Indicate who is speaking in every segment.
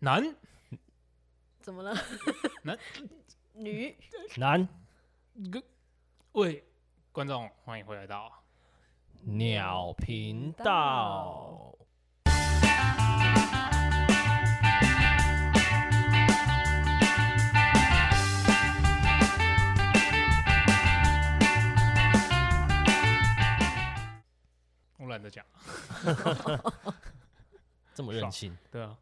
Speaker 1: 男
Speaker 2: 怎 么了？
Speaker 1: 男
Speaker 2: 女
Speaker 3: 男
Speaker 1: 喂，观众欢迎回来到
Speaker 3: 鸟频道，
Speaker 1: 我懒得讲，
Speaker 3: 这么任性，
Speaker 1: 对啊。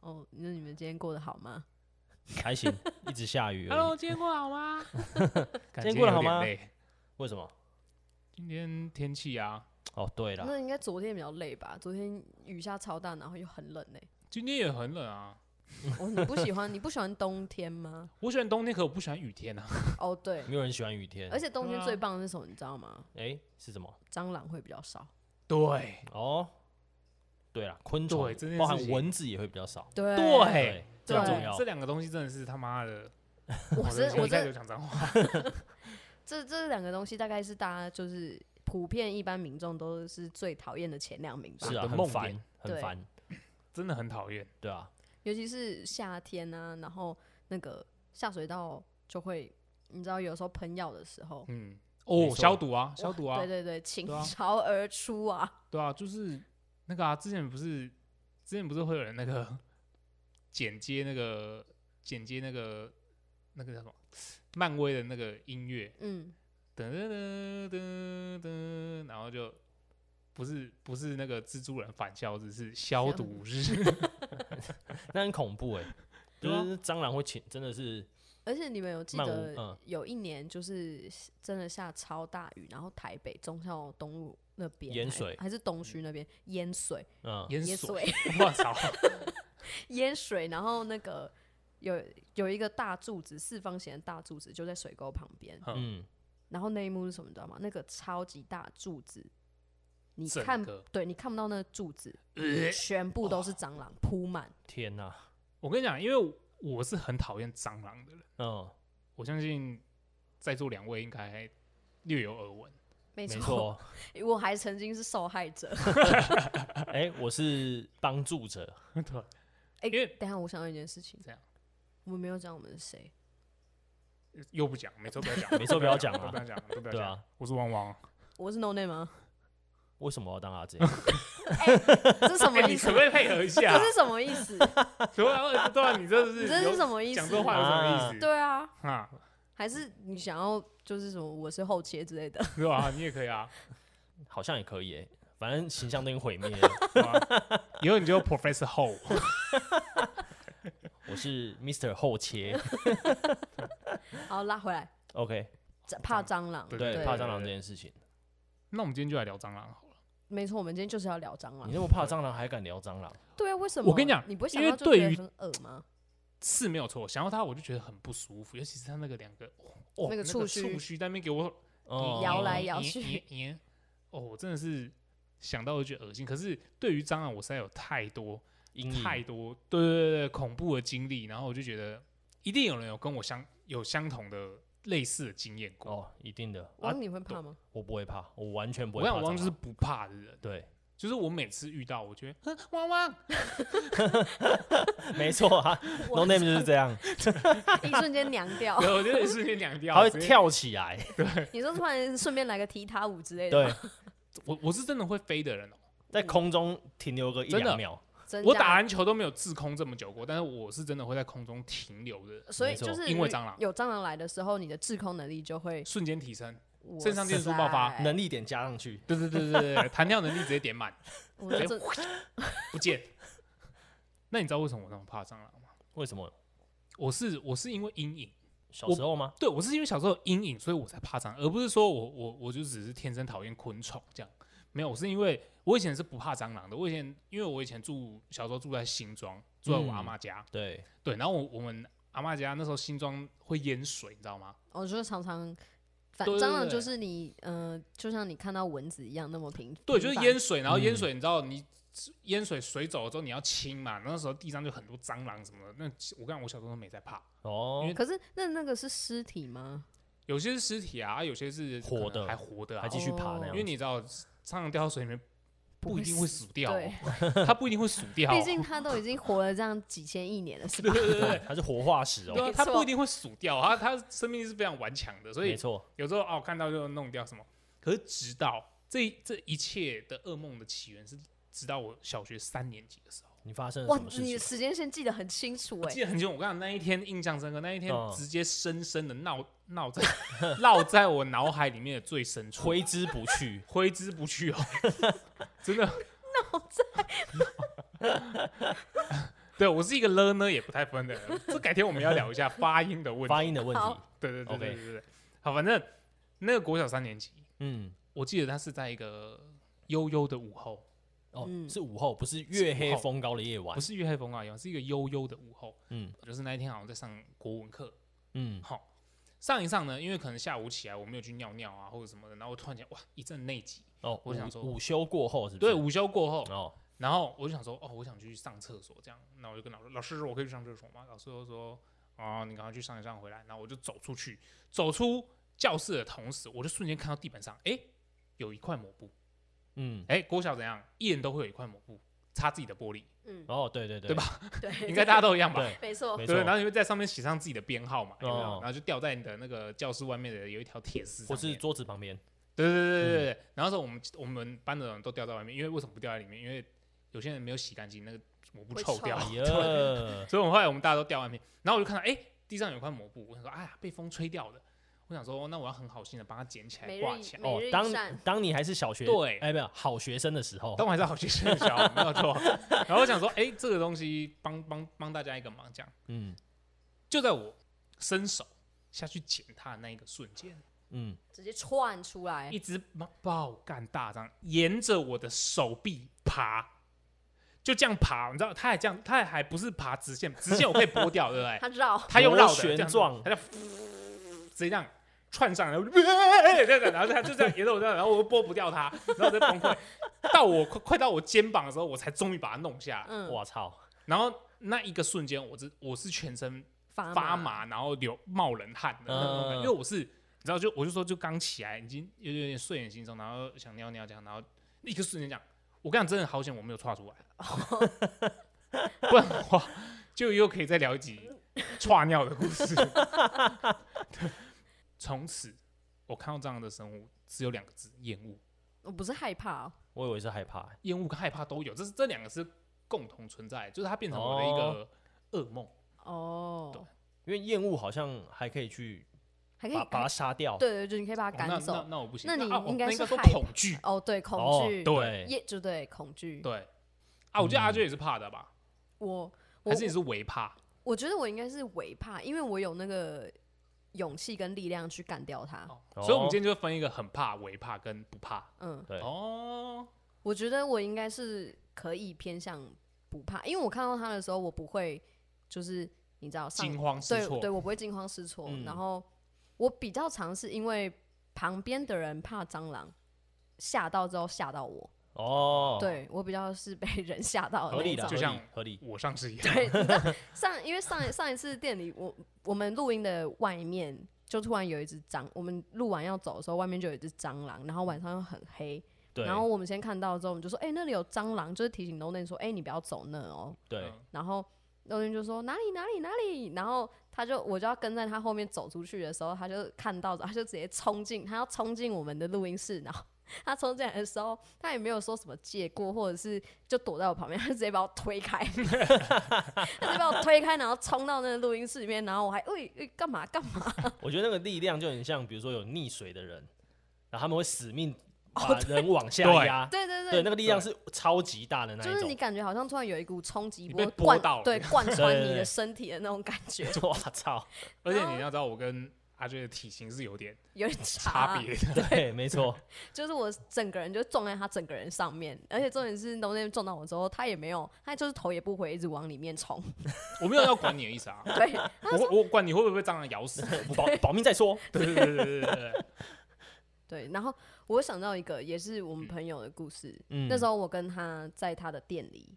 Speaker 2: 哦，那你们今天过得好吗？
Speaker 3: 还行，一直下雨而已。
Speaker 1: Hello，今天过得好 吗？感
Speaker 3: 今天过得好
Speaker 1: 有点
Speaker 3: 吗
Speaker 1: 累？
Speaker 3: 为什么？
Speaker 1: 今天天气啊，
Speaker 3: 哦，对了，
Speaker 2: 那应该昨天比较累吧？昨天雨下超大，然后又很冷呢、
Speaker 1: 今天也很冷啊。
Speaker 2: 我、你不喜欢，你不喜欢冬天吗？
Speaker 1: 我喜欢冬天，可我不喜欢雨天 啊。
Speaker 2: 哦，对，
Speaker 3: 没有人喜欢雨天。
Speaker 2: 而且冬天
Speaker 1: 对啊
Speaker 2: 最棒的是什么？你知道吗？
Speaker 3: 哎，是什么？
Speaker 2: 蟑螂会比较少。
Speaker 1: 对
Speaker 3: 哦，对了，昆虫
Speaker 1: 对这件事情
Speaker 3: 包含蚊子也会比较少。
Speaker 2: 对
Speaker 1: 对哎
Speaker 3: 对，这很重要
Speaker 1: 这。两个东西真的是他妈的，对
Speaker 2: 我
Speaker 1: 不起
Speaker 2: 这我
Speaker 1: 一开始就
Speaker 2: 这
Speaker 1: 讲脏话。
Speaker 2: 这这两个东西大概是大家就是普遍一般民众都是最讨厌的前两名吧。
Speaker 3: 是啊，
Speaker 1: 的
Speaker 3: 很
Speaker 1: 梦
Speaker 3: 烦
Speaker 1: 魇，
Speaker 3: 很
Speaker 2: 对
Speaker 3: 烦，
Speaker 1: 真的很讨厌。
Speaker 3: 对啊，
Speaker 2: 尤其是夏天啊，然后那个下水道就会，你知道有时候喷药的时候，
Speaker 1: 嗯，
Speaker 3: 没
Speaker 1: 哦，
Speaker 3: 错
Speaker 1: 消毒啊，消毒啊
Speaker 2: 对，对对，倾
Speaker 1: 对啊
Speaker 2: 巢而出啊，
Speaker 1: 对啊，就是那个啊，之前不是之前不是会有人那个 剪接那个剪接那个那个叫什么漫威的那个音乐，
Speaker 2: 嗯，
Speaker 1: 噔噔噔噔噔，然后就不是不是那个蜘蛛人返校日，是消毒日，
Speaker 3: 那很恐怖哎，就
Speaker 1: 对啊
Speaker 3: 是蟑螂会请，真的是
Speaker 2: 而且你们有记
Speaker 3: 漫
Speaker 2: 得
Speaker 3: 无嗯
Speaker 2: 有一年就是真的下超大雨，然后台北忠孝东路那边
Speaker 3: 淹
Speaker 2: 还
Speaker 3: 水
Speaker 2: 还是东区那边淹水，
Speaker 3: 嗯，
Speaker 1: 淹
Speaker 2: 淹
Speaker 1: 水，
Speaker 2: 水，
Speaker 1: 我操！
Speaker 2: 淹水，然后那个有有一个大柱子，四方形的大柱子就在水沟旁边，
Speaker 1: 嗯
Speaker 3: 嗯，
Speaker 2: 然后那一幕是什么，你知道吗？那个超级大柱子，你
Speaker 1: 整
Speaker 2: 看
Speaker 1: 个
Speaker 2: 对你看不到那个柱 子，
Speaker 1: 呃
Speaker 2: 全部都是蟑螂铺满，
Speaker 3: 天哪，
Speaker 1: 我跟你讲，因为我是很讨厌蟑螂的人，
Speaker 3: 嗯，
Speaker 1: 我相信在座两位应该略有耳闻。
Speaker 2: 没
Speaker 3: 没错，
Speaker 2: 我还曾经是受害者。
Speaker 3: 哎，我是帮助者，
Speaker 1: 对，
Speaker 2: 哎、
Speaker 1: 因为
Speaker 2: 等一下我想到一件事情，
Speaker 1: 怎样
Speaker 2: 我们没有讲我们是谁，
Speaker 1: 又不讲，每周不要讲，
Speaker 3: 每周不要讲啊
Speaker 1: 都不要讲，都不要
Speaker 3: 对
Speaker 1: 讲
Speaker 3: 啊。
Speaker 1: 我是汪汪，
Speaker 2: 我是 No Name 啊 吗？
Speaker 3: 为什么我要当阿姐？
Speaker 2: 这是什么
Speaker 1: 哎，
Speaker 2: 意
Speaker 1: 你
Speaker 2: 思
Speaker 1: 可不？可以配合一下
Speaker 2: 这？是什么意思？
Speaker 1: 对啊，对啊，你这是
Speaker 2: 你这是什么意
Speaker 1: 有讲？
Speaker 2: 思
Speaker 1: 这话有什么意思？
Speaker 2: 对啊，
Speaker 1: 啊，
Speaker 2: 还是你想要就是什么我是后切之 类的？
Speaker 1: 对吧？你也可以啊，
Speaker 3: 好像也可以哎，反正形象都已经毁灭了。
Speaker 1: 对吧以后你就 Professor Ho，
Speaker 3: 我是 Mr 后切
Speaker 2: 好，拉回来，
Speaker 3: ，OK，
Speaker 2: 这怕蟑螂，
Speaker 1: 对
Speaker 3: 对，
Speaker 2: 对
Speaker 3: 怕蟑螂这件事情。
Speaker 1: 那我们今天就来聊蟑螂好了。
Speaker 2: 没错，我们今天就是要聊蟑螂
Speaker 3: 你。那么怕蟑螂，还敢聊蟑螂？
Speaker 2: 对啊，为什么？
Speaker 1: 我跟你讲
Speaker 2: 你不会想
Speaker 1: 因为
Speaker 2: 到就觉
Speaker 1: 对
Speaker 2: 得
Speaker 1: 于
Speaker 2: 很恶吗？
Speaker 1: 是没有错，想到它我就觉得很不舒服，尤其是它那个两个哦，
Speaker 2: 那个触
Speaker 1: 触
Speaker 2: 须
Speaker 1: 触须在那边给我
Speaker 3: 哦
Speaker 2: 摇来摇去
Speaker 1: 咦，咦咦哦，我真的是想到就觉得恶心。可是对于蟑螂，我实在有太多
Speaker 3: 阴
Speaker 1: 太
Speaker 3: 影，
Speaker 1: 多对对对恐怖的经历，然后我就觉得一定有人有跟我相有相同的类似的经验过。
Speaker 3: 哦，一定的。啊
Speaker 2: 王，，你会怕吗？
Speaker 3: 我不会怕，我完全不
Speaker 1: 我
Speaker 3: 会怕
Speaker 1: 想
Speaker 3: 蟑螂。
Speaker 1: 汪就是不怕的人，
Speaker 3: 对，
Speaker 1: 就是我每次遇到，我觉得哼汪汪，
Speaker 3: 没错啊，No Name 就是这样，
Speaker 2: 一瞬间凉掉。
Speaker 1: 对我觉得瞬间 凉掉，
Speaker 3: 它会
Speaker 1: 直接。
Speaker 3: 跳起来。
Speaker 2: 你说突然顺便来个踢踏舞之类的
Speaker 3: 对
Speaker 2: 吗，，
Speaker 1: 我我是真的会飞的人哦，
Speaker 3: 在空中停留个一
Speaker 1: 真的
Speaker 3: 两秒，
Speaker 2: 真
Speaker 1: 我
Speaker 2: 假
Speaker 1: 打篮球都没有滞空这么久过，但是我是真的会在空中停留的人，
Speaker 2: 所以
Speaker 3: 没错
Speaker 2: 就是
Speaker 1: 因为
Speaker 2: 如
Speaker 1: 蟑螂
Speaker 2: 有蟑螂来的时候，你的制空能力就会
Speaker 1: 瞬间提升。肾上腺素爆发
Speaker 2: 能
Speaker 3: 能力点加上去，
Speaker 1: 对对对对对对，弹跳能力直接点满，
Speaker 2: 我
Speaker 1: 直接
Speaker 2: 这
Speaker 1: 不见。那你知道为什么我那么怕蟑螂吗？
Speaker 3: 为什么？
Speaker 1: 我是我是因为阴影。
Speaker 3: 小时候吗？
Speaker 1: 对我是因为小时候有阴影，所以我才怕蟑螂，而不是说我我我就只是天生讨厌昆虫这样。没有，我是因为我以前是不怕蟑螂的。我以前因为我以前住小时候住在新庄，住在我阿妈家，
Speaker 3: 对，
Speaker 1: 对，然后我我们阿妈家那时候新庄会淹水，你知道吗？
Speaker 2: 我就常常，反
Speaker 1: 对对
Speaker 2: 蟑螂
Speaker 1: 对
Speaker 2: 就是你，呃，就像你看到蚊子一样那么平，
Speaker 1: 对，就是
Speaker 2: 频繁
Speaker 1: 淹。水，然后淹
Speaker 3: 嗯
Speaker 1: 水，你知道你淹水水走了之后你要清嘛，那时候地上就很多蟑螂什么的。那我看我小时候都没在怕，因
Speaker 3: 哦
Speaker 1: 为，
Speaker 2: 可是那那个是尸体吗？
Speaker 1: 有些是尸体啊，有些是可
Speaker 3: 活
Speaker 1: 能
Speaker 3: 的
Speaker 1: 还活的、啊，
Speaker 3: 还继续爬那
Speaker 2: 哦
Speaker 1: 因
Speaker 3: 样
Speaker 1: 为
Speaker 3: 子。
Speaker 1: 你知道，蟑螂掉到水里面不一定会
Speaker 2: 死。
Speaker 1: 死掉、
Speaker 2: 对
Speaker 1: 哦，它不一定会死掉、哦。
Speaker 2: 毕竟他都已经活了这样几千亿年了，是吧？
Speaker 1: 对对 对对，
Speaker 3: 它是活化石
Speaker 1: 对
Speaker 3: 哦，
Speaker 1: 啊，
Speaker 2: 没
Speaker 1: 它
Speaker 2: 错
Speaker 1: 不一定会死掉，它它生命力是非常顽强的，所以
Speaker 3: 没错，
Speaker 1: 有时候哦看到就弄掉什么。可是直到这这一切的噩梦的起源是直到我小学三年级的时候，
Speaker 3: 你发生了
Speaker 2: 哇
Speaker 3: 什么，事
Speaker 2: 你
Speaker 3: 情？
Speaker 2: 时间线记得很清楚
Speaker 1: 我
Speaker 2: 哎、
Speaker 1: 记得很久，我跟你讲那一天印象深刻，那一天
Speaker 3: 嗯
Speaker 1: 直接深深的闹闹在烙在我脑海里面的最深处，，
Speaker 3: 挥之不去
Speaker 1: 挥之不去 哦，真的。
Speaker 2: 脑子
Speaker 1: 对我是一个了呢也不太分的人，这改天我们要聊一下发音 的问
Speaker 3: 发
Speaker 1: 题。
Speaker 3: 音的问题
Speaker 2: 好。
Speaker 1: 对对对
Speaker 3: OK
Speaker 1: 对对对，好，反正那个国小三年级，
Speaker 3: 嗯，
Speaker 1: 我记得他是在一个悠悠的午后，
Speaker 3: 哦，
Speaker 2: 嗯
Speaker 3: 是午后，不是
Speaker 1: 是
Speaker 3: 月
Speaker 1: 午
Speaker 3: 黑
Speaker 1: 后
Speaker 3: 风高的夜晚
Speaker 1: 不。是月黑风高夜晚，是一个悠悠的午后。
Speaker 3: 嗯
Speaker 1: 就是那一天好像在上国文课，
Speaker 3: 嗯，
Speaker 1: 好、上一上呢，因为可能下午起来我没有去尿尿啊或者什么的，然后我突然间哇一阵内急，
Speaker 3: 哦，
Speaker 1: 我想
Speaker 3: 午
Speaker 1: 说
Speaker 3: 午休过后是不
Speaker 1: 对，
Speaker 3: 是？
Speaker 1: 午休过后，
Speaker 3: 哦，
Speaker 1: 然后我就想说，哦，我想去上厕所，这样，那我就跟老师，老师，哦我可以去上厕所吗？老师就说，哦，你赶快去上一上回来。然后我就走出去，走出教室的同时，我就瞬间看到地板上，哎，有一块抹布，
Speaker 3: 嗯，
Speaker 1: 哎，郭晓怎样，一人都会有一块抹布擦自己的玻璃，
Speaker 2: 嗯，
Speaker 3: 哦，对对对，
Speaker 1: 对吧
Speaker 2: 对，
Speaker 1: 应该大家都一样吧？
Speaker 3: 嗯对，
Speaker 2: 没错，
Speaker 3: 没错
Speaker 1: 对，，然后你会在上面写上自己的编号嘛，有没有？
Speaker 3: 哦
Speaker 1: 然后就吊在你的那个教室外面的有一条铁丝
Speaker 3: 或
Speaker 1: 上
Speaker 3: 是
Speaker 1: 面。
Speaker 3: 桌子旁边。
Speaker 1: 对对对对对。然后说我们我们班的人都吊在外面，因为为什么不吊在里面？因为有些人没有洗干净，那个抹布
Speaker 2: 会
Speaker 1: 臭掉
Speaker 2: 哦
Speaker 3: 哎
Speaker 2: 臭。
Speaker 3: 呀，哦
Speaker 1: 所以我们后来我们大家都吊外面，然后我就看到哎、地上有一块抹布，我想说哎呀被风吹掉的，我想说那我要很好心的把它捡起
Speaker 2: 每
Speaker 1: 来
Speaker 2: 日
Speaker 1: 挂
Speaker 2: 一
Speaker 1: 起来。
Speaker 2: 每
Speaker 3: 哦
Speaker 2: 日，一
Speaker 3: 当
Speaker 2: 善
Speaker 3: 当你还是小学
Speaker 1: 对
Speaker 3: 哎，没有好学生的时候，
Speaker 1: 但我还是好学生的小孩，没有错。然后我想说哎、这个东西帮帮帮大家一个忙，这样
Speaker 3: 嗯
Speaker 1: 就在我伸手下去捡它的那一个瞬间，
Speaker 3: 嗯，
Speaker 2: 直接窜出来
Speaker 1: 一，只猫爆干大张，沿着我的手臂爬，就这样爬，你知道，它还这样，它还不是爬直线，直线我可以拨掉，对不对？
Speaker 2: 他绕，
Speaker 1: 它用绕的
Speaker 3: 螺旋
Speaker 1: 这样子
Speaker 3: 状
Speaker 1: 它就直接这样窜上来，我就这样子，然后它就这样沿着我这样，然后我又拨不掉它，然后我就崩溃，到我快快到我肩膀的时候，我才终于把它弄下来，
Speaker 2: 嗯，
Speaker 3: 我操，
Speaker 1: 然后那一个瞬间，我是我是全身
Speaker 2: 发
Speaker 1: 发，麻，然后流冒冷汗的那种感觉，因
Speaker 3: 嗯
Speaker 1: 为我是你知道，就我就说就刚起来，已经有有点睡眼惺忪，然后想尿尿这样，然后一个瞬间这样，我跟你讲，真的好险我没有岔出 来，不然的话就又可以再聊一集岔尿的故事。对，从此我看到这样的生物只有两个字：厌恶。
Speaker 2: 我不是害怕、哦，
Speaker 3: 我以为是害怕。哎
Speaker 1: 厌恶跟害怕都有，这是这两个是共同存在，就是它变成我的一个噩梦。哦
Speaker 2: 哦，
Speaker 3: 因为厌恶好像还可以去
Speaker 2: 还哎可以
Speaker 3: 把把它
Speaker 2: 还
Speaker 3: 杀掉，
Speaker 2: 对对对，你可以把
Speaker 1: 哦
Speaker 2: 它
Speaker 1: 那
Speaker 2: 赶
Speaker 1: 那
Speaker 2: 走。
Speaker 1: 那我不行，
Speaker 2: 那你
Speaker 1: 啊哦
Speaker 2: 应该
Speaker 1: 那
Speaker 2: 是
Speaker 1: 应该说
Speaker 2: 害怕
Speaker 1: 恐惧，
Speaker 2: 哦，对，
Speaker 3: 哦
Speaker 2: 恐惧，
Speaker 1: 对
Speaker 2: 也就对恐惧。
Speaker 1: 对，啊，我觉得阿
Speaker 3: 嗯
Speaker 1: 娟也是怕的吧？
Speaker 2: 我我
Speaker 1: 还是你是伪怕？
Speaker 2: 我觉得我应该是伪怕，因为我有那个勇气跟力量去干掉它。
Speaker 1: 哦所以我们今天就分一个很怕、伪怕跟不怕。
Speaker 2: 嗯，
Speaker 3: 对
Speaker 1: 哦，
Speaker 2: 我觉得我应该是可以偏向不怕，因为我看到它的时候，我不会就是你知道上
Speaker 1: 惊慌失
Speaker 2: 对
Speaker 1: 措
Speaker 2: 对，。我不会惊慌失措。
Speaker 3: 嗯
Speaker 2: 然后我比较常是因为旁边的人怕蟑螂。吓到之后吓到我，
Speaker 3: 哦，，
Speaker 2: 对我比较是被 人吓到的
Speaker 3: 合理
Speaker 2: 那种。
Speaker 3: 的，
Speaker 1: 就
Speaker 3: 合
Speaker 1: 像
Speaker 3: 理合理，
Speaker 1: 我上次 也
Speaker 2: 对，你知道上因为上上一次店里，我我们录音的外面就突然有一只蟑，我们录完要走的时候，外面就有一只蟑螂，然后晚上又很黑，
Speaker 3: 对，
Speaker 2: 然后我们先看到之后，我们就说，哎、那里有蟑螂，就是提醒 No 内说，哎、你不要走那哦。
Speaker 1: 嗯
Speaker 3: 对，
Speaker 2: 然后 No 内就说哪里哪里哪里，然后他就我就要跟在他后面走出去的时候，他就看到，他就直接冲进，他要冲进我们的录音室，然后。他冲进来的时候，他也没有说什么借过，或者是就躲在我旁边，他就直接把我推开， 他就把我推开，然后冲到那个录音室里面，然后我还喂喂干嘛干嘛？
Speaker 3: 我觉得那个力量就很像，比如说有溺水的人，然后他们会死命把人往下
Speaker 1: 对
Speaker 3: 压，
Speaker 2: 对哦对
Speaker 3: 对，那个力量是超级大的那
Speaker 2: 就是你
Speaker 3: 一
Speaker 2: 感觉好像突然有一股冲击
Speaker 1: 你
Speaker 2: 波
Speaker 1: 被拨
Speaker 2: 贯
Speaker 1: 到了
Speaker 2: 对贯穿
Speaker 3: 对
Speaker 2: 你
Speaker 3: 对
Speaker 2: 的
Speaker 3: 对
Speaker 2: 身体的那种感觉，
Speaker 3: 种。我操，
Speaker 1: 而且你要知道，我跟阿娟的体型是有点
Speaker 2: 有点
Speaker 1: 差
Speaker 2: 差，啊
Speaker 1: 别的。
Speaker 3: 对，没错，
Speaker 2: 就是我整个人就撞在他整个人上面，而且重点是 No Name 撞到我之后，他也没有，他就是头也不回，一直往里面冲。
Speaker 1: 我没有要管你的意思 啊，
Speaker 2: 对，
Speaker 1: 我我管你会不会被蟑螂咬死。
Speaker 3: 保保命再说。
Speaker 1: 对对对对对对对，
Speaker 2: 对，然后我想到一个也是我们朋友的故事，
Speaker 3: 嗯
Speaker 2: 那时候我跟他在他的店里，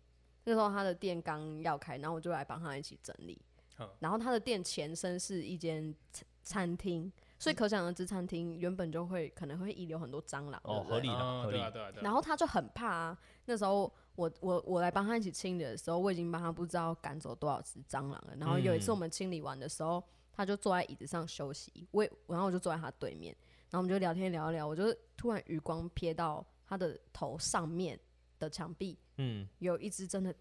Speaker 2: 那时候他的店刚要开，然后我就来帮他一起整理
Speaker 1: 嗯。
Speaker 2: 然后他的店前身是一间餐餐厅，所
Speaker 3: 嗯
Speaker 2: 以可想而知，餐厅原本就会可能会遗留很多蟑螂。
Speaker 3: 哦
Speaker 2: 对不对
Speaker 3: 合理啦
Speaker 1: 啊
Speaker 3: 合
Speaker 1: 对啊
Speaker 3: 理
Speaker 1: 对啊对啊。
Speaker 2: 然后他就很怕啊。那时候我我我来帮他一起清理的时候，我已经帮他不知道赶走多少只蟑螂了。然后有一次
Speaker 3: 嗯
Speaker 2: 我们清理完的时候，他就坐在椅子上休息，我也然后我就坐在他对面，然后我们就聊天聊一聊，我就突然余光瞥到他的头上面的墙壁
Speaker 3: 嗯，
Speaker 2: 有一只真的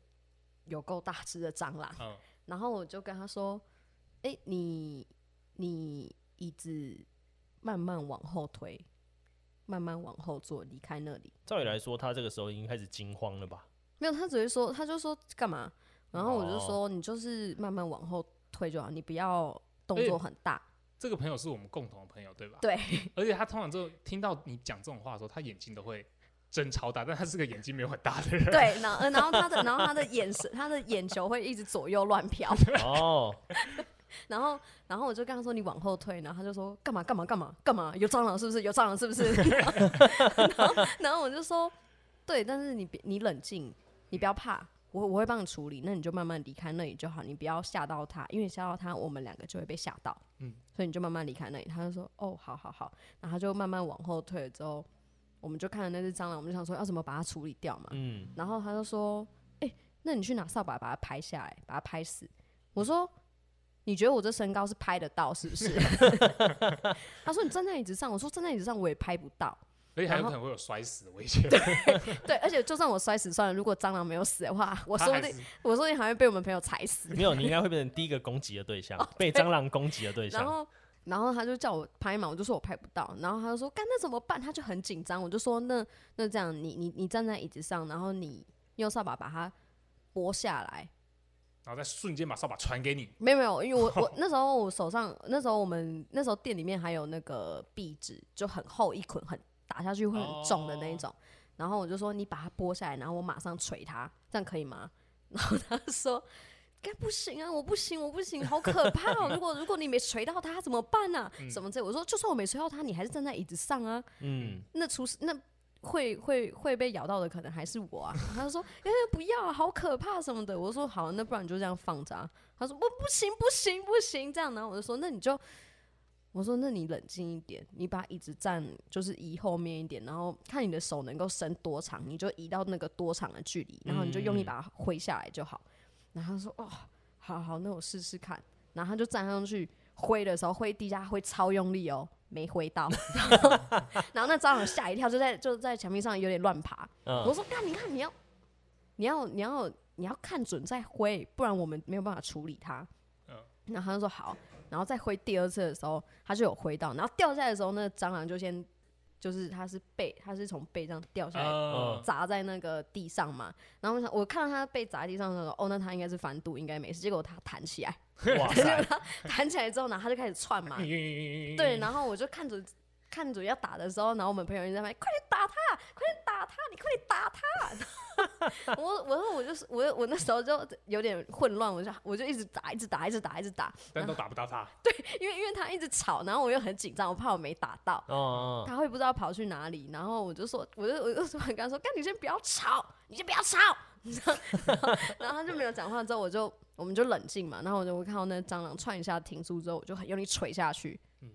Speaker 2: 有够大只的蟑螂，
Speaker 1: 嗯
Speaker 2: 然后我就跟他说：“哎、你你椅子慢慢往后推，慢慢往后坐，离开那里。”
Speaker 3: 照理来说，他这个时候已经开始惊慌了吧？
Speaker 2: 没有，他只是说，他就说干嘛？然后我就
Speaker 3: 哦
Speaker 2: 说，你就是慢慢往后推就好，你不要动作很大。
Speaker 1: 这个朋友是我们共同的朋友，对吧？
Speaker 2: 对，
Speaker 1: 而且他通常就听到你讲这种话的时候，他眼睛都会睁超大，但他是个眼睛没有很大的人。
Speaker 2: 对，然后呃然后他的，然后他的眼神，他的眼球会一直左右乱飘。
Speaker 3: 哦，
Speaker 2: 然后，然后我就跟他说，你往后推，然后他就说干嘛干嘛干嘛干嘛？有蟑螂是不是？有蟑螂是不是？ 然后，然后我就说，对，但是你别你冷静，你不要怕。我我会帮你处理，那你就慢慢离开那里就好，你不要吓到他，因为你吓到他，我们两个就会被吓到。
Speaker 1: 嗯
Speaker 2: 所以你就慢慢离开那里。他就说：“哦，好好好。”然后他就慢慢往后退了之后，我们就看了那只蟑螂，我们就想说要怎么把它处理掉嘛。
Speaker 3: 嗯，
Speaker 2: 然后他就说：“哎、那你去拿扫把把它拍下来，把它拍死。”我说：“你觉得我这身高是拍得到是不 是？”他说：“你站在椅子上。”我说：“站在椅子上我也拍不到。
Speaker 1: 而且还有
Speaker 2: 然后
Speaker 1: 可能会有摔死的危险。
Speaker 2: 对，而且就算我摔死算了，如果蟑螂没有死的话，我
Speaker 1: 他
Speaker 2: 说不
Speaker 1: 还
Speaker 2: 定
Speaker 1: 是
Speaker 2: 我说不定还会被我们朋友踩死。”
Speaker 3: 没有，你应该会变成第一个攻击的对象，被蟑螂攻击的对
Speaker 2: 哦然
Speaker 3: 象。
Speaker 2: 后然后他就叫我拍嘛，我就说我拍不到，然后他就说干那怎么办？他就很紧张，我就说那那这样，你你你站在椅子上，然后你用扫把把它拨下来。
Speaker 1: 然后再瞬间把扫把传给你，
Speaker 2: 没有没有，因为我我那时候我手上那时候我们那时候店里面还有那个壁纸，就很厚一捆，很打下去会很重的那一种。然后我就说你把它拨下来，然后我马上捶它，这样可以吗？ 然后他就说。该不行啊！我不行，我不行，好可怕哦！如果如果你没捶到它怎么办呢、啊？什么这？我说就算我没捶到它，你还是站在椅子上啊。
Speaker 3: 嗯，
Speaker 2: 那厨师那会会会被咬到的可能还是我啊。 他就说：“哎、不要、啊，好可怕什么的。”我说：“好，那不然你就这样放着、啊。”他说：“不，不行，不行，不行。”这样，然后我就说：“那你就……我说，那你冷静一点，你把椅子站就是移后面一点，然后看你的手能够伸多长，你就移到那个多长的距离，然后你就用力把它挥下来就好。然后他说：“哦，好好，那我试试看。”然后他就站上去挥的时候，挥地下挥超用力哦，没挥到。然后那蟑螂吓一跳，就在就在墙壁上有点乱爬。
Speaker 3: 嗯
Speaker 2: 我说：“看，你看，你要，你要，你要，你要看准再挥，不然我们没有办法处理它。”
Speaker 1: 嗯
Speaker 2: 然后他就说好，然后再挥第二次的时候，他就有挥到，然后掉下来的时候，那个蟑螂就先就是它是背，它是从背上掉下来
Speaker 1: 呃，
Speaker 2: 砸在那个地上嘛。然后我想，我看到他被砸在地上的时候，哦，那他应该是翻肚，应该没事。结果他弹起来，
Speaker 3: 哇塞，
Speaker 2: 弹起来之后呢，他就开始窜嘛。啊
Speaker 1: 嗯
Speaker 2: 对，然后我就看着看着要打的时候，然后我们朋友一直在那边快点打他，快点打他，你快点打他。 然后我我说我就是我我那时候就有点混乱，我就我就一直打，一直打，一直打，一直打，
Speaker 1: 但都打不到他。
Speaker 2: 因为因为他一直吵，然后我又很紧张，我怕我没打到。
Speaker 3: 哦，
Speaker 2: 他会不知道跑去哪里，然后我就说，我就我就说跟他说，干你先不要吵，你先不要吵， 然后然 后他就没有讲话，之后我就我们就冷静嘛，然后我就会看到那蟑螂窜一下停住之后，我就很用力捶下去，
Speaker 3: 嗯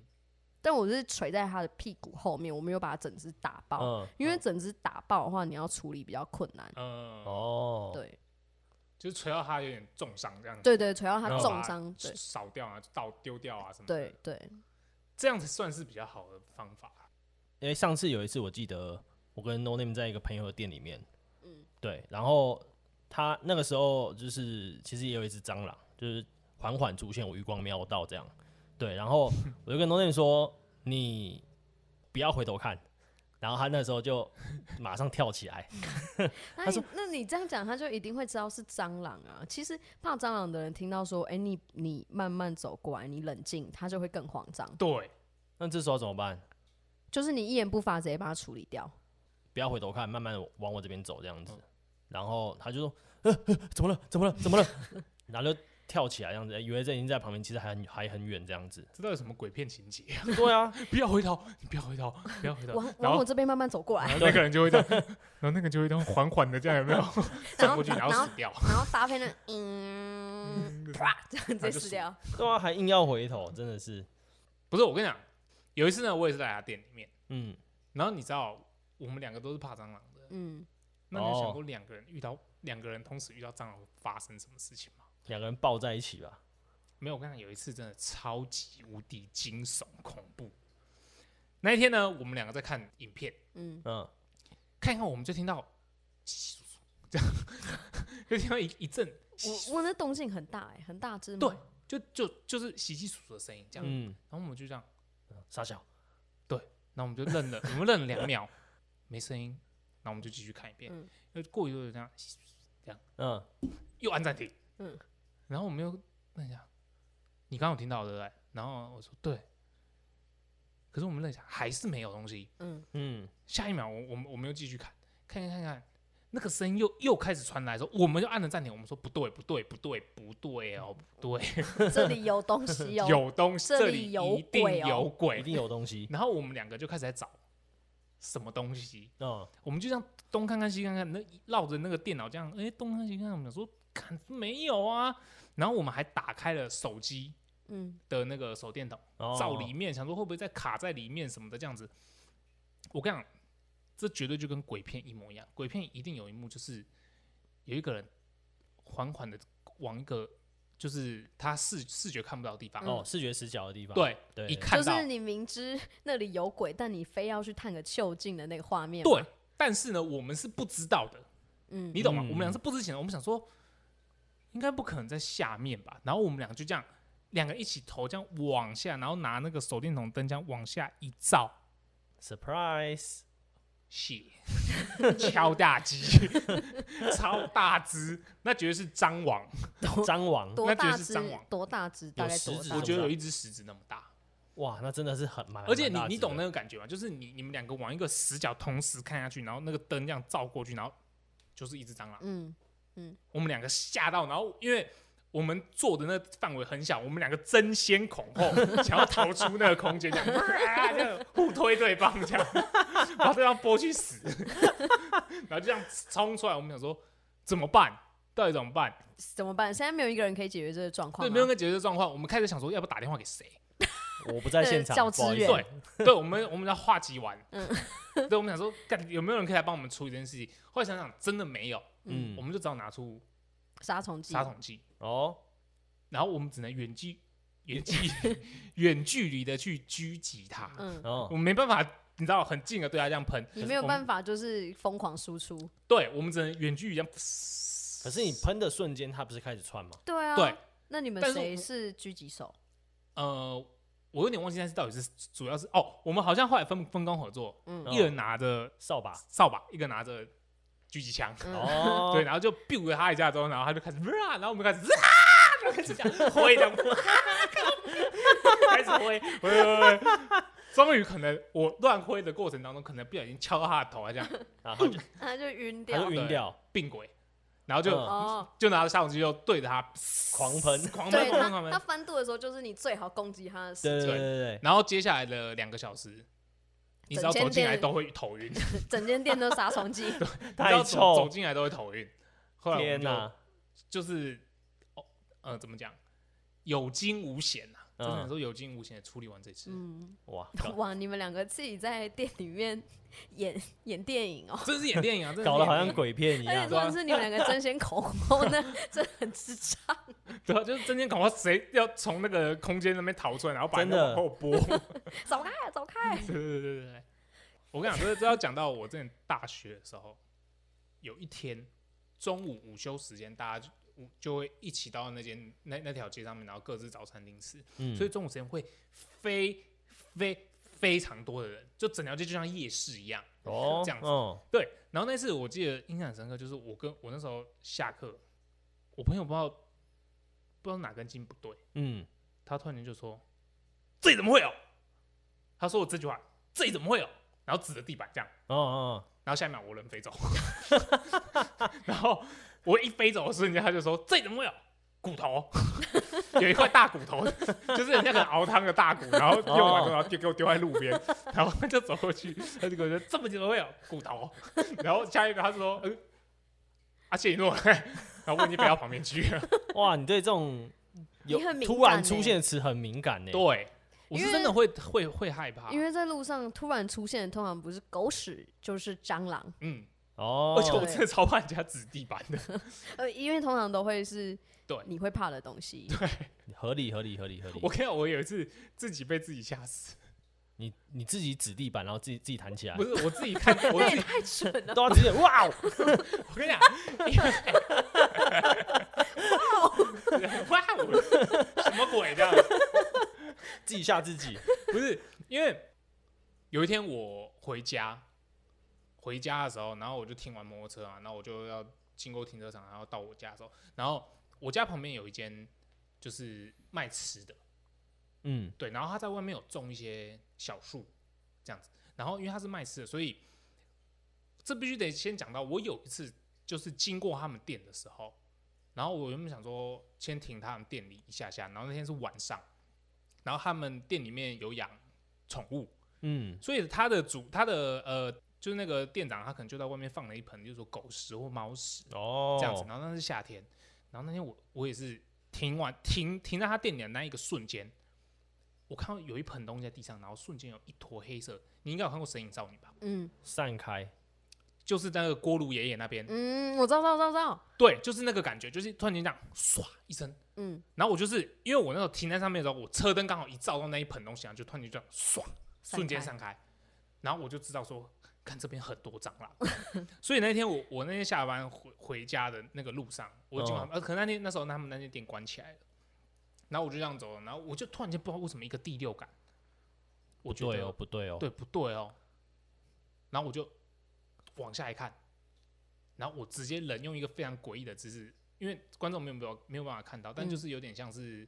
Speaker 2: 但我是捶在他的屁股后面，我没有把他整只打
Speaker 3: 嗯，
Speaker 2: 爆，
Speaker 3: 嗯
Speaker 2: 因为整只打爆的话，你要处理比较困难，
Speaker 1: 嗯，
Speaker 3: 哦，
Speaker 2: 对
Speaker 1: 就是锤到他有点重伤这样子。
Speaker 2: 对对，捶到
Speaker 1: 然
Speaker 2: 他
Speaker 1: 后把
Speaker 2: 重
Speaker 1: 它
Speaker 2: 伤，对
Speaker 1: 扫掉啊，倒丢掉啊什么的。
Speaker 2: 对对，
Speaker 1: 这样才算是比较好的方法。
Speaker 3: 因为上次有一次，我记得我跟 No Name 在一个朋友的店里面，
Speaker 2: 嗯
Speaker 3: 对，然后他那个时候就是其实也有一只蟑螂，就是缓缓出现，我余光瞄到这样，对，然后我就跟 No Name 说，你不要回头看，然后他那时候就马上跳起来，
Speaker 2: 那你那你这样讲，他就一定会知道是蟑螂啊。其实怕蟑螂的人听到说，哎、你你慢慢走过来，你冷静，他就会更慌张。
Speaker 1: 对，
Speaker 3: 那这时候怎么办？
Speaker 2: 就是你一言不发，直接把它处理掉。
Speaker 3: 不要回头看，慢慢地往我这边走这样子。然后他就说：“呃呃，怎么了？怎么了？怎么了？” 然后就跳起来这样子，以为这已经在旁边，其实还很还很远这样子。
Speaker 1: 这到底什么鬼片情节 啊？
Speaker 3: 对啊，
Speaker 1: 不要回头，你不要回头，不要回头。
Speaker 2: 往
Speaker 1: 啊然
Speaker 2: 往
Speaker 1: 后
Speaker 2: 我这边慢慢走过来，
Speaker 1: 然后那个人就会这样，然后那个人就会这样缓缓的这样，有没有？
Speaker 2: 然
Speaker 1: 转
Speaker 2: 后
Speaker 1: 过去，然
Speaker 2: 然
Speaker 1: 后
Speaker 2: 后
Speaker 1: 死掉。
Speaker 2: 然后搭配那嗯，啪，这样直接
Speaker 1: 就
Speaker 2: 死掉。
Speaker 3: 对啊，还硬要回头，真的是
Speaker 1: 不是，我跟你讲，有一次呢，我也是在他店里面，
Speaker 3: 嗯，
Speaker 1: 然后你知道我们两个都是怕蟑螂的，
Speaker 2: 嗯，
Speaker 1: 那你有
Speaker 3: 哦
Speaker 1: 想过两个人遇到两个人同时遇到蟑螂会发生什么事情吗？
Speaker 3: 两个人抱在一起吧。
Speaker 1: 没有，我跟你讲，有一次真的超级无敌惊悚恐怖。那一天呢，我们两个在看影片，
Speaker 2: 嗯，
Speaker 3: 嗯，
Speaker 1: 看一看我们就听到窸窸窣窣这 样，就听到一一阵
Speaker 2: 我我的动静很大哎、很大只吗？
Speaker 1: 对，就就就是洗洗窣窣的声音这样，
Speaker 3: 嗯，
Speaker 1: 然后我们就这样，
Speaker 3: 傻小，
Speaker 1: 然后我们就愣了，我们愣了两秒，没声音，然后我们就继续看一遍，
Speaker 2: 嗯
Speaker 1: 又过一会儿这样窸窣窣
Speaker 3: 嗯，
Speaker 1: 又按暂停，
Speaker 2: 嗯
Speaker 1: 然后我们又愣一下，你刚刚有听到对不对？然后我说对，可是我们愣一下还是没有东西，
Speaker 2: 嗯，
Speaker 3: 嗯，
Speaker 1: 下一秒我我们我们又继续看，看看看看，那个声音又又开始传来的时候，我们就按了暂停。我们说不对不对不对不对哦不对，
Speaker 2: 这里有东西哦，
Speaker 1: 有东西，
Speaker 2: 这
Speaker 1: 这
Speaker 2: 里
Speaker 1: 里
Speaker 2: 有
Speaker 1: 一定
Speaker 2: 鬼哦
Speaker 1: 有
Speaker 3: 一
Speaker 1: 鬼。
Speaker 3: 定有东西。
Speaker 1: 然后我们两个就开始在找什么东西，
Speaker 3: 嗯，
Speaker 1: 我们就这样东看看西看看，那绕着那个电脑这样，哎东看西看看，我们想说看没有啊。然后我们还打开了手机
Speaker 2: 嗯，
Speaker 1: 的那个手电筒。
Speaker 3: 哦
Speaker 1: 照里面，想说会不会再卡在里面什么的这样子。我跟你讲，这绝对就跟鬼片一模一样。鬼片一定有一幕就是有一个人缓缓的往一个就是他视视觉看不到的地方，
Speaker 3: 哦，视觉死角的地方。
Speaker 1: 嗯对，
Speaker 3: 对，
Speaker 1: 一
Speaker 2: 就
Speaker 1: 看到
Speaker 2: 是你明知那里有鬼，但你非要去探个究竟的那个画面，
Speaker 1: 对，，但是呢，我们是不知道的，
Speaker 2: 嗯
Speaker 1: 你懂吗？
Speaker 3: 嗯
Speaker 1: 我们俩是不知情的，我们想说应该不可能在下面吧，然后我们俩就这样。两个一起头这样往下，然后拿那个手电筒灯这样往下一照，
Speaker 3: surprise，
Speaker 1: 血，敲大鸡，超大只，那绝对是蟑螂，
Speaker 3: 蟑螂，
Speaker 2: 多
Speaker 1: 那
Speaker 2: 大
Speaker 1: 绝对
Speaker 2: 只
Speaker 1: 是蟑螂？
Speaker 2: 多大只？大概
Speaker 3: 食
Speaker 2: 多
Speaker 3: 指
Speaker 2: 大？
Speaker 1: 我觉得
Speaker 3: 大
Speaker 1: 有一只食指那么大。
Speaker 3: 哇，那真的是很蛮。
Speaker 1: 而且
Speaker 3: 蛮
Speaker 1: 你
Speaker 3: 大
Speaker 1: 你
Speaker 3: 只的
Speaker 1: 懂那个感觉吗？就是你你们两个往一个死角同时看下去，然后那个灯这样照过去，然后就是一只蟑螂。
Speaker 2: 嗯，
Speaker 1: 我们两个吓到，然后因为我们坐的那个范围很小，我们两个争先恐后，想要逃出那个空间，这样哇这样互推对方，这样把对方拨去死， 然后就这样冲出来。我们想说怎么办？到底怎么办？
Speaker 2: 怎么办？现在没有一个人可以解决这个状况
Speaker 1: 对，
Speaker 2: 啊，
Speaker 1: 没有跟解决的状况，我们开始想说要不要打电话给谁？
Speaker 3: 我不在现场，
Speaker 2: 呃叫
Speaker 3: 不好
Speaker 2: 支
Speaker 3: 意思
Speaker 2: 援
Speaker 1: 对，对，我们我们要话集完，
Speaker 2: 嗯
Speaker 1: 对，我们想说干有没有人可以来帮我们处理这件事情？后来想想真的没有，
Speaker 3: 嗯
Speaker 1: 我，们就只好拿出
Speaker 2: 杀虫剂，
Speaker 1: 杀虫剂，
Speaker 3: 哦，
Speaker 1: 然后我们只能远距远距 远距离的去狙击它，
Speaker 2: 嗯，
Speaker 1: 我
Speaker 3: 哦，
Speaker 1: 们没办法，你知道很近的对它这样喷，
Speaker 2: 你没有
Speaker 1: 我们
Speaker 2: 办法就是疯狂输出，
Speaker 1: 对我们只能远距离这样，
Speaker 3: 可是你喷的瞬间，它不是开始窜吗？
Speaker 2: 对啊，
Speaker 1: 对，
Speaker 2: 那你们
Speaker 1: 但是
Speaker 2: 谁
Speaker 1: 我
Speaker 2: 是狙击手？
Speaker 1: 呃。我有点忘记，但是到底是主要是哦，我们好像后来分分工合作，
Speaker 2: 嗯
Speaker 3: 哦
Speaker 1: 一人拿着
Speaker 3: 扫把，
Speaker 1: 扫把，一个拿着狙击枪，
Speaker 3: 哦，
Speaker 1: 对，，然后就 biu 了他一下之后，然后他就开始，啊然后我们开始，啊，然后开始 这样挥的，开始 挥，挥挥挥，终于可能我乱挥的过程当中，可能不小心敲到他的头，啊还这样
Speaker 3: 然后就
Speaker 2: 他就晕
Speaker 3: 它
Speaker 2: 掉
Speaker 3: 就，晕掉，
Speaker 1: 并轨，然后就、
Speaker 3: 嗯
Speaker 2: 哦，
Speaker 1: 就拿着杀火机就对着他
Speaker 3: 狂喷，
Speaker 1: 狂
Speaker 2: 对
Speaker 1: 喷狂
Speaker 2: 他
Speaker 1: 喷狂
Speaker 2: 他
Speaker 1: 喷，
Speaker 2: 翻肚的时候，就是你最好攻击他的时
Speaker 3: 对
Speaker 2: 候，
Speaker 3: 对对对
Speaker 1: 然后接下来的两个小时。你只要走进来都会头 晕，你
Speaker 2: 整间店都杀虫剂。
Speaker 3: 对，
Speaker 1: 只要
Speaker 3: 太
Speaker 1: 走走
Speaker 3: 臭，
Speaker 1: 进来都会头晕。后来我
Speaker 3: 天
Speaker 1: 们就
Speaker 3: 哪，
Speaker 1: 就是，哦，呃，怎么讲，有惊无险呐、真的
Speaker 3: 嗯，
Speaker 1: 说有惊无险地处理完这次，
Speaker 2: 嗯，
Speaker 3: 哇，
Speaker 2: 哇，你们两个自己在店里面演演电影哦。
Speaker 1: 这是演电影啊，这是
Speaker 3: 搞得
Speaker 1: 演
Speaker 3: 好像
Speaker 1: 电
Speaker 3: 鬼片一
Speaker 2: 而且
Speaker 3: 样
Speaker 2: 真，的是你们两个争先恐后，那真的很智障。
Speaker 1: 影，对啊，就是真间恐怕谁要从那个空间那边逃出来，然后把
Speaker 3: 真
Speaker 1: 人
Speaker 3: 的
Speaker 1: 家往后拨。 对
Speaker 2: 走开，走开！
Speaker 1: 对对对对，我跟你讲，这这要讲到我之前大学的时候，有一天中午午休时间，大家就午就会一起到那间那那条街上面，然后各自找餐厅吃，
Speaker 3: 嗯
Speaker 1: 所以中午时间会非非非常多的人，就整条街就像夜市一样。
Speaker 3: 哦，
Speaker 1: 这样子
Speaker 3: 嗯
Speaker 1: 对，然后那次我记得印象很深刻，就是我跟我那时候下课，我朋友不知道不知道哪根筋不对，
Speaker 3: 嗯，
Speaker 1: 他突然间就说：“这里怎么会有？”他说我这句话：“这里怎么会有？”然后指着地板这样，
Speaker 3: 哦哦，
Speaker 1: 然后下一秒我人飞走， 然后我一飞走的瞬间，他就说：“这里怎么会有骨头？ 有一块大骨头，就是人家可能熬汤的大骨，然后用
Speaker 2: 哦
Speaker 1: 完之后然后丢给我丢在路边，然后他就走过去，他就跟我说：‘这么怎么会有骨头？’ 然后下一个他就说：‘呃，阿谢你诺。’然后我已经飞到旁边去了。
Speaker 3: 哇，你对这种有
Speaker 2: 你很敏感
Speaker 3: 突然
Speaker 2: 欸
Speaker 3: 出现的词很敏感呢，欸
Speaker 1: 对，我
Speaker 2: 因
Speaker 1: 是
Speaker 2: 为
Speaker 1: 真的会会会害怕，
Speaker 2: 因为在路上突然出现的通常不是狗屎就是蟑螂，
Speaker 1: 嗯，
Speaker 3: 哦，
Speaker 1: 而且我
Speaker 2: 对
Speaker 1: 真的超怕人家指地板的，
Speaker 2: 呃，因为通常都会是
Speaker 1: 对
Speaker 2: 你会怕的东西。
Speaker 3: 合理合理合理合理
Speaker 1: 我。看我有一次自己被自己吓死，
Speaker 3: 你你自己指地板，然后自己自己弹起来
Speaker 1: 不，是我自己看，我
Speaker 2: 那
Speaker 1: 自己，
Speaker 2: 也太蠢 了，
Speaker 3: 都要直接哇哦！
Speaker 1: 我跟你讲，因为 哇哦，什么鬼这样？
Speaker 3: 自己吓自己。
Speaker 1: 不是因为有一天我回家，回家的时候，然后我就停完摩托车啊，然后我就要经过停车场，然后到我家的时候，然后我家旁边有一间就是卖吃的，
Speaker 3: 嗯，
Speaker 1: 对，然后他在外面有种一些小树，这样子。然后因为他是卖吃的，所以这必须得先讲到，我有一次就是经过他们店的时候，然后我原本想说先停他们店里一下下，然后那天是晚上，然后他们店里面有养宠物，
Speaker 3: 嗯，
Speaker 1: 所以他的主他的呃就是那个店长他可能就在外面放了一盆，就是说狗食或猫食，
Speaker 3: 哦，
Speaker 1: 这样子。然后那是夏天，然后那天我我也是停完停停在他店里的那一个瞬间，我看到有一盆东西在地上，然后瞬间有一坨黑色。你应该有看过《神隐少女》吧？
Speaker 2: 嗯
Speaker 3: 散开，
Speaker 1: 就是那个锅炉爷爷那边，
Speaker 2: 嗯，我知道知道知道知道，
Speaker 1: 对，就是那个感觉，就是突然间这样唰一声，
Speaker 2: 嗯，
Speaker 1: 然后我就是因为我那时候停在上面的时候，我车灯刚好一照到那一盆东西，啊然后就突然间这样唰瞬间
Speaker 2: 散
Speaker 1: 散开，然后我就知道说，看这边很多蟑螂， 所以那天我我那天下班回回家的那个路上，我经过他
Speaker 3: 嗯
Speaker 1: 们，呃，可能那天那时候他们那间店关起来了，然后我就这样走了，然后我就突然间不知道为什么一个第六感，我
Speaker 3: 不
Speaker 1: 觉得
Speaker 3: 对哦，不对哦，
Speaker 1: 对不对哦，然后我就往下一看，然后我直接人用一个非常诡异的姿势，因为观众没有没有没有办法看到，但
Speaker 2: 嗯
Speaker 1: 就是有点像是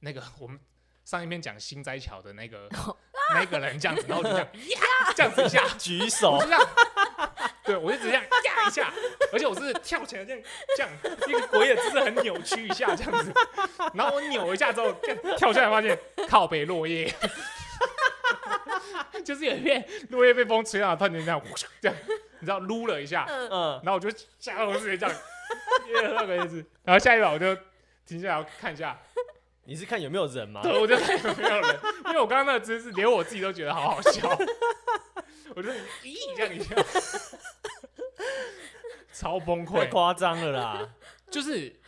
Speaker 1: 那个我们上一篇讲新斋桥的那个那个人这样子，然后我就这样呀这样子一下，
Speaker 3: 举
Speaker 1: 我
Speaker 3: 手
Speaker 1: 就这样，对我就只这样呀一下，而且我是跳起来这样这样一个鬼也姿势很扭曲一下这样子，然后我扭一下之后干跳下来发现靠北落叶， 就是有一片落叶被风吹到，突然间这样呼这样，你知道撸了一下，
Speaker 3: 嗯，
Speaker 1: 然后我就吓到我直接这样， 因为那个意思，然后下一秒我就停下来看一下，
Speaker 3: 你是看有没有人吗？
Speaker 1: 啊对，我就看有没有人，因为我刚刚那个姿势连我自己都觉得好好笑， 我就咦这样一下，超崩
Speaker 3: 太
Speaker 1: 溃，
Speaker 3: 夸张 了啦！
Speaker 1: 就是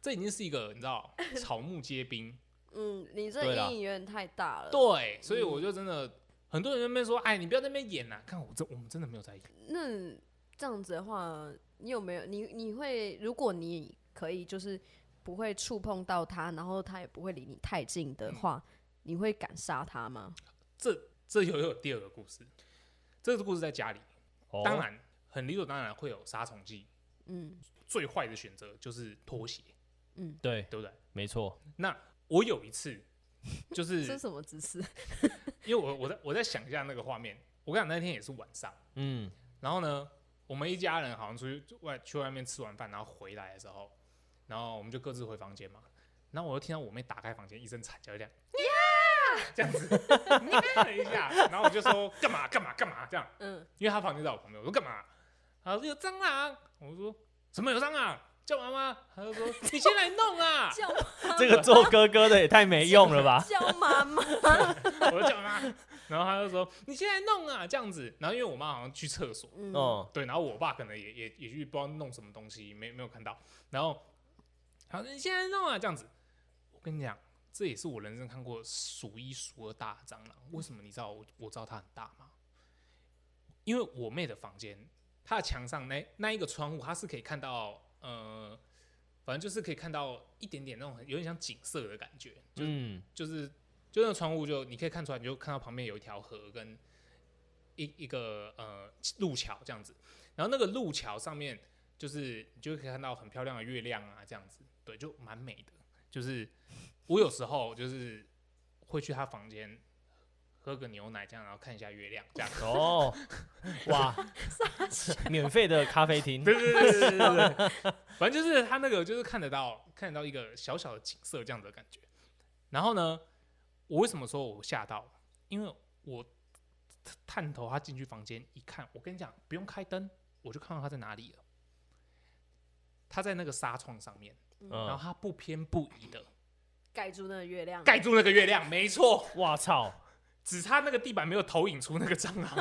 Speaker 1: 这已经是一个你知道草木皆兵，
Speaker 2: 开嗯，你这
Speaker 3: 对啦
Speaker 2: 阴影有点太大了。
Speaker 1: 对，所以我就真的很多人在那边说，哎，你不要在那边演呐、看我真我们真的没有在演，
Speaker 2: 那这样子的话，你有没有你你会如果你可以就是不会触碰到它，然后它也不会离你太近的话，
Speaker 1: 嗯
Speaker 2: 你会敢杀它吗？
Speaker 1: 这这又有第二个故事，这个故事在家里，
Speaker 3: 哦
Speaker 1: 当，然很理所当然会有杀虫剂，
Speaker 2: 嗯
Speaker 1: 最坏的选择就是拖鞋，
Speaker 2: 嗯，
Speaker 3: 对，
Speaker 1: 对不对？
Speaker 3: 没错，
Speaker 1: 那我有一次。就
Speaker 2: 这
Speaker 1: 是
Speaker 2: 是什么姿势？
Speaker 1: 因为我我在我在想一下那个画面，我跟你讲那天也是晚上，
Speaker 3: 嗯，
Speaker 1: 然后呢，我们一家人好像出去外去外面吃完饭，然后回来的时候，然后我们就各自回房间嘛，然后我就听到我妹打开房间一声惨叫，这样呀这样子呀了一下，然后我就说干嘛干嘛干嘛这样，
Speaker 2: 嗯，
Speaker 1: 因为她房间在我旁边，我说干嘛？她说有蟑螂，我说什么有蟑螂？叫妈妈，她就说你先来弄 啊，
Speaker 2: 叫
Speaker 3: 这个做哥哥的也太没用了 吧？
Speaker 2: 叫妈妈。
Speaker 1: 我就叫妈，然后她就说你先来弄啊这样子，然后因为我妈好像去厕所。
Speaker 2: 嗯，
Speaker 3: 哦，
Speaker 1: 对，然后我爸可能也也也去不知道弄什么东西，没没有看到。然后，好，你现在弄啊，这样子。我跟你讲，这也是我人生看过数一数二大的蟑螂。为什么你知道我我知道它很大吗？因为我妹的房间，她的墙上那那一个窗户，它是可以看到，呃，反正就是可以看到一点点那种很有点像景色的感觉，就是
Speaker 3: 嗯，
Speaker 1: 就是就那个窗户就你可以看出来，你就看到旁边有一条河跟一一个呃路桥这样子，然后那个路桥上面就是你就可以看到很漂亮的月亮啊这样子，对，就蛮美的。就是我有时候就是会去他房间喝个牛奶这样，然后看一下月亮这样。
Speaker 3: 哦， 哇，免费的咖啡厅，
Speaker 1: 对对对对对对对，反正就是他那个就是看得到看得到一个小小的景色这样子的感觉。然后呢，我为什么说我吓到？因为我探头他进去房间一看，我跟你讲，不用开灯，我就看到他在哪里了。他在那个纱窗上面，然后
Speaker 3: 嗯，
Speaker 1: 他不偏不倚的
Speaker 2: 盖住那个月亮，
Speaker 1: 盖住那个月亮，没错，
Speaker 3: 哇操！
Speaker 1: 只差那个地板没有投影出那个蟑螂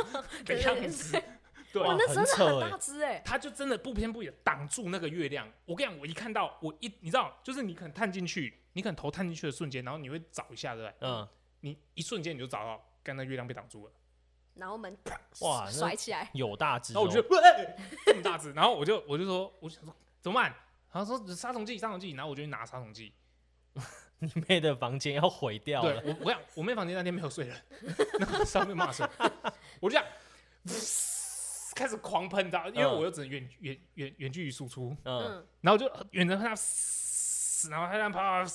Speaker 1: 的 样子。对，
Speaker 2: 哇，那真的
Speaker 3: 很扯
Speaker 2: 很
Speaker 3: 欸
Speaker 2: 大只哎、
Speaker 1: 他就真的不偏不倚地挡住那个月亮。我跟你讲，我一看到我一，你知道，就是你可能探进去，你可能头探进去的瞬间，然后你会找一下，对不对？
Speaker 3: 嗯，
Speaker 1: 你一瞬间你就找到，刚才月亮被挡住了。
Speaker 2: 然后门啪
Speaker 3: 哇那
Speaker 2: 甩起来，
Speaker 3: 有大只、
Speaker 1: 然
Speaker 3: 哦。
Speaker 1: 后我就觉得， 喂，这么大只，然后我就我就说，我就想说怎么办？然后说杀虫剂，杀虫剂，然后我就去拿杀虫剂。
Speaker 3: 你妹的房间要毁掉
Speaker 1: 对
Speaker 3: 了，
Speaker 1: 我，我想我妹房间那天没有 睡人，那个上面骂谁？我就这样， 开始狂喷，你知道，因为
Speaker 3: 嗯
Speaker 1: 我又只能远远远远距离输出，
Speaker 3: 嗯
Speaker 2: 嗯，
Speaker 1: 然后我就远程看他，然后他这样啪，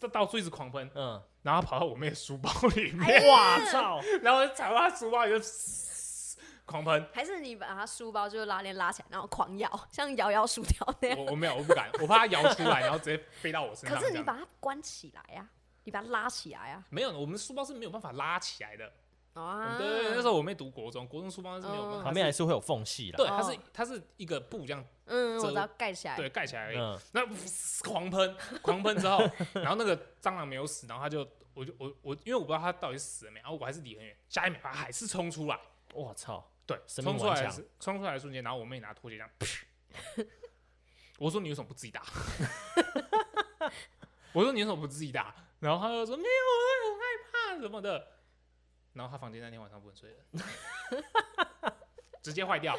Speaker 1: 到到处一直狂喷，
Speaker 3: 嗯，
Speaker 1: 然后跑到我妹的书包里面，
Speaker 2: 哎
Speaker 3: 哇 操！
Speaker 1: 然后我就踩到她书包里就狂喷。
Speaker 2: 还是你把他书包就拉链拉起来，然后狂摇， 像摇摇薯条那样。
Speaker 1: 我我没有，我不敢，我怕它摇出来，然后直接飞到我身
Speaker 2: 可
Speaker 1: 上。这
Speaker 2: 是你
Speaker 1: 样
Speaker 2: 把它关起来呀、你把它拉起来啊呀、
Speaker 1: 没有，我们书包是没有办法拉起来的。
Speaker 2: 啊。
Speaker 1: 对
Speaker 2: 啊，
Speaker 1: 哦对对，那时候我妹读国中，国中书包是没有办法，
Speaker 3: 旁边还
Speaker 1: 是
Speaker 3: 是会有缝隙啦。
Speaker 1: 对，它是
Speaker 2: 哦
Speaker 1: 它是一个布这样
Speaker 2: 嗯，
Speaker 1: 遮
Speaker 2: 我知道盖起来。
Speaker 1: 对盖起来而已。
Speaker 3: 嗯，
Speaker 1: 那狂喷，狂喷之后， 然后那个蟑螂没有死，然后它就我就我我，因为我不知道它到底死了没，然后我还是离很远，下一秒它还是冲出来，
Speaker 3: 我操！
Speaker 1: 对，
Speaker 3: 生
Speaker 1: 冲
Speaker 3: 命
Speaker 1: 出
Speaker 3: 顽
Speaker 1: 来的
Speaker 3: 强
Speaker 1: 时冲出来的瞬间，然后我妹拿拖鞋这样， 我说你为什么不自己打？ 我说你为什么不自己打？然后她就说没有，我很害怕什么的。然后她房间那天晚上不能睡了，直接坏掉，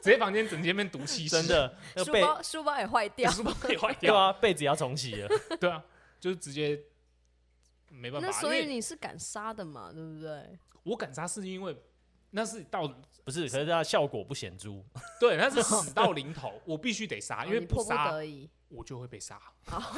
Speaker 1: 直接房间整间变毒气室，
Speaker 3: 真的，那
Speaker 2: 书
Speaker 3: 被
Speaker 2: 包书包也坏掉。
Speaker 1: 书包也 坏
Speaker 3: 对
Speaker 1: 掉，
Speaker 3: 啊，被子也要重洗了。
Speaker 1: 对啊，就是直接没办法。
Speaker 2: 那所以
Speaker 1: 因为
Speaker 2: 你是敢杀的嘛，对不对？
Speaker 1: 我敢杀是因为那是到
Speaker 3: 不是，可是它效果不显著。
Speaker 1: 对，那是死到临头，我必须得杀，啊因为
Speaker 2: 哦你迫不
Speaker 1: 杀
Speaker 2: 得已。
Speaker 1: 我就会被杀。
Speaker 2: 哦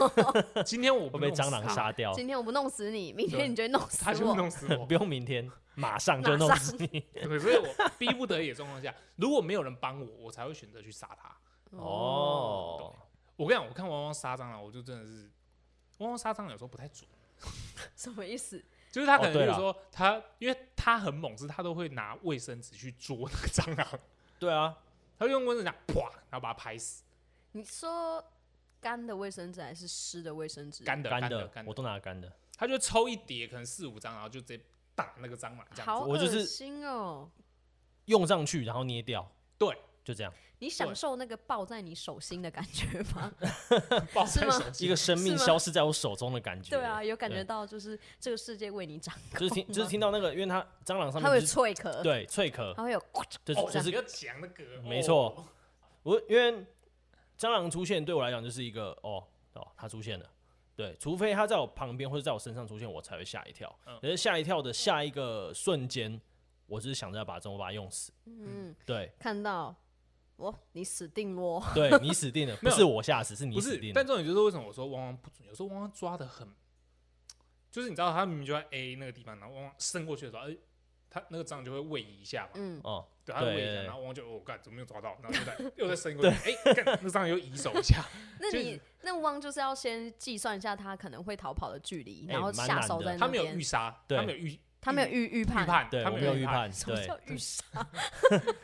Speaker 1: 今天我
Speaker 3: 会
Speaker 1: 不
Speaker 3: 被
Speaker 1: 弄
Speaker 3: 蟑螂
Speaker 1: 死
Speaker 3: 杀掉，
Speaker 2: 今天我不弄死你，明
Speaker 1: 对
Speaker 2: 天你就会弄死
Speaker 1: 哦他，他就
Speaker 2: 我。
Speaker 1: 弄死我
Speaker 3: 不。用明天，马上就
Speaker 2: 马
Speaker 3: 弄
Speaker 2: 上
Speaker 3: 死 你。
Speaker 1: 对，所以我逼不得已的状况下，如果没有人帮我，我才会选择去杀他。
Speaker 3: 哦，
Speaker 1: 我跟你讲，我看汪汪杀蟑螂，我就真的是汪汪杀蟑螂有时候不太准，
Speaker 2: 什么意思？
Speaker 1: 就是他可
Speaker 3: 哦
Speaker 1: 能
Speaker 3: 对
Speaker 1: 就
Speaker 3: 啦
Speaker 1: 是说他，因为他很猛，是他都会拿卫生纸去捉那个蟑螂，
Speaker 3: 对啊，
Speaker 1: 他就用卫生纸啪，然后把它拍死，
Speaker 2: 你说干的卫生纸还是湿的卫生纸？
Speaker 1: 干的
Speaker 3: 干
Speaker 1: 干
Speaker 3: 的
Speaker 1: 干，的
Speaker 3: 我，都拿干的。
Speaker 1: 他就抽一叠，可能四五张，然后就直接打那个蟑螂这样
Speaker 2: 好
Speaker 1: 子。
Speaker 3: 我
Speaker 2: 恶
Speaker 3: 就是
Speaker 2: 心哦！
Speaker 3: 用上去，然后捏掉，
Speaker 1: 对，
Speaker 3: 就这样，
Speaker 2: 你享受那个抱在你手心的感觉 吗？
Speaker 1: 抱在
Speaker 2: 是吗
Speaker 1: 手
Speaker 3: 一
Speaker 1: 机
Speaker 3: 个生命
Speaker 2: 是吗
Speaker 3: 消失在我手中的感觉。
Speaker 2: 对啊，，有感觉
Speaker 3: 对
Speaker 2: 到就是这个世界为你长
Speaker 3: 就是听，就是听到那个，因为它蟑螂上
Speaker 2: 它
Speaker 3: 面
Speaker 2: 会
Speaker 3: 就
Speaker 2: 有
Speaker 3: 是
Speaker 2: 脆呃壳，
Speaker 3: 对脆壳，
Speaker 2: 它会有
Speaker 3: 就
Speaker 1: 哦
Speaker 3: 是就
Speaker 1: 比
Speaker 3: 是
Speaker 1: 较强那个，
Speaker 3: 没
Speaker 1: 哦
Speaker 3: 错。我因为蟑螂出现对我来讲就是一个哦哦，它出现了。对，除非它在我旁边或者在我身上出现，我才会吓一跳。
Speaker 1: 嗯
Speaker 3: 可是吓一跳的下一个瞬间，我就是想着要把这我把它用死。
Speaker 2: 嗯，
Speaker 3: 对，
Speaker 2: 看到我你死定我，
Speaker 3: 对你死定了，不
Speaker 1: 没有
Speaker 3: 是我吓死，是你
Speaker 1: 不
Speaker 3: 死
Speaker 1: 是
Speaker 3: 定，了
Speaker 1: 但。重点就是为什么我说汪汪不准？有时候汪汪抓的很，就是你知道他明明就在 A 那个地方，然后汪汪伸过去的时候，哎、他那个蟑螂就会位移一下嘛，
Speaker 2: 嗯，
Speaker 3: 哦，
Speaker 1: 对，它会位移一下，
Speaker 3: 对
Speaker 1: 然后汪汪就哦，干怎么没有抓到？然后 又再又再伸过去，哎、干那蟑螂又移手一下，
Speaker 2: 那
Speaker 1: 就是
Speaker 2: 你那汪就是要先计算一下它可能会逃跑的距离，
Speaker 3: 哎
Speaker 2: 然后
Speaker 3: 蛮
Speaker 2: 下
Speaker 3: 难
Speaker 2: 手
Speaker 3: 的
Speaker 2: 在
Speaker 1: 他
Speaker 2: 那
Speaker 1: 没有
Speaker 2: 边
Speaker 1: 预，杀，
Speaker 3: 对
Speaker 1: 他没有预，
Speaker 2: 它没有预预
Speaker 1: 预
Speaker 2: 判，
Speaker 1: 判，
Speaker 3: 对，
Speaker 1: 他
Speaker 3: 我
Speaker 1: 没
Speaker 3: 没有 预
Speaker 1: 预
Speaker 3: 判，
Speaker 2: 什么
Speaker 3: 对嗯
Speaker 2: 叫预杀？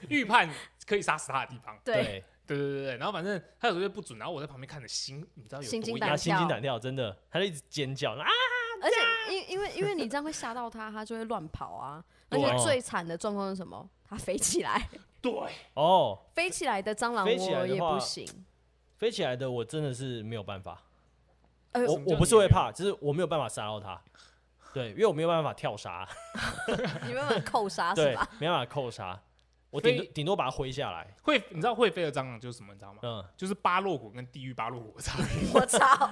Speaker 1: 预判可以杀死他的地方。
Speaker 2: 对，，
Speaker 1: 对对对对，然后反正他有时候就不准，然后我在旁边看着心，你知道有
Speaker 2: 心
Speaker 1: 多
Speaker 2: 惊
Speaker 1: 压
Speaker 2: 胆
Speaker 3: 他
Speaker 1: 抑
Speaker 3: 心惊
Speaker 2: 跳
Speaker 3: 胆跳，真 的，他就一直尖叫啊！
Speaker 2: 而且因因为因为你这样会吓到它，它就会乱跑啊。而
Speaker 3: 对
Speaker 2: 且最惨的状况是什么？它飞起来，
Speaker 1: 对，
Speaker 3: 哦，
Speaker 2: 飞起来的蟑螂
Speaker 3: 飞起来
Speaker 2: 我
Speaker 3: 的
Speaker 2: 也
Speaker 3: 话
Speaker 2: 不行。
Speaker 3: 飞起来的我真的是没有办法，
Speaker 2: 哎呦
Speaker 3: 我
Speaker 1: 呃什么叫
Speaker 3: 我不是
Speaker 1: 你
Speaker 3: 会
Speaker 1: 没有
Speaker 3: 怕，就是我没有办法杀到他，对，因为我没有办法跳杀，
Speaker 2: 你们有没有扣 杀
Speaker 3: 对
Speaker 2: 是吧？，
Speaker 3: 没办法扣杀，我顶多
Speaker 1: 啊飞
Speaker 3: 顶多把它挥下来，
Speaker 1: 会你知道会飞的蟑螂就是什么，你知道吗？
Speaker 3: 嗯，
Speaker 1: 就是巴洛果跟地狱巴洛果的蟑螂。
Speaker 2: 我操，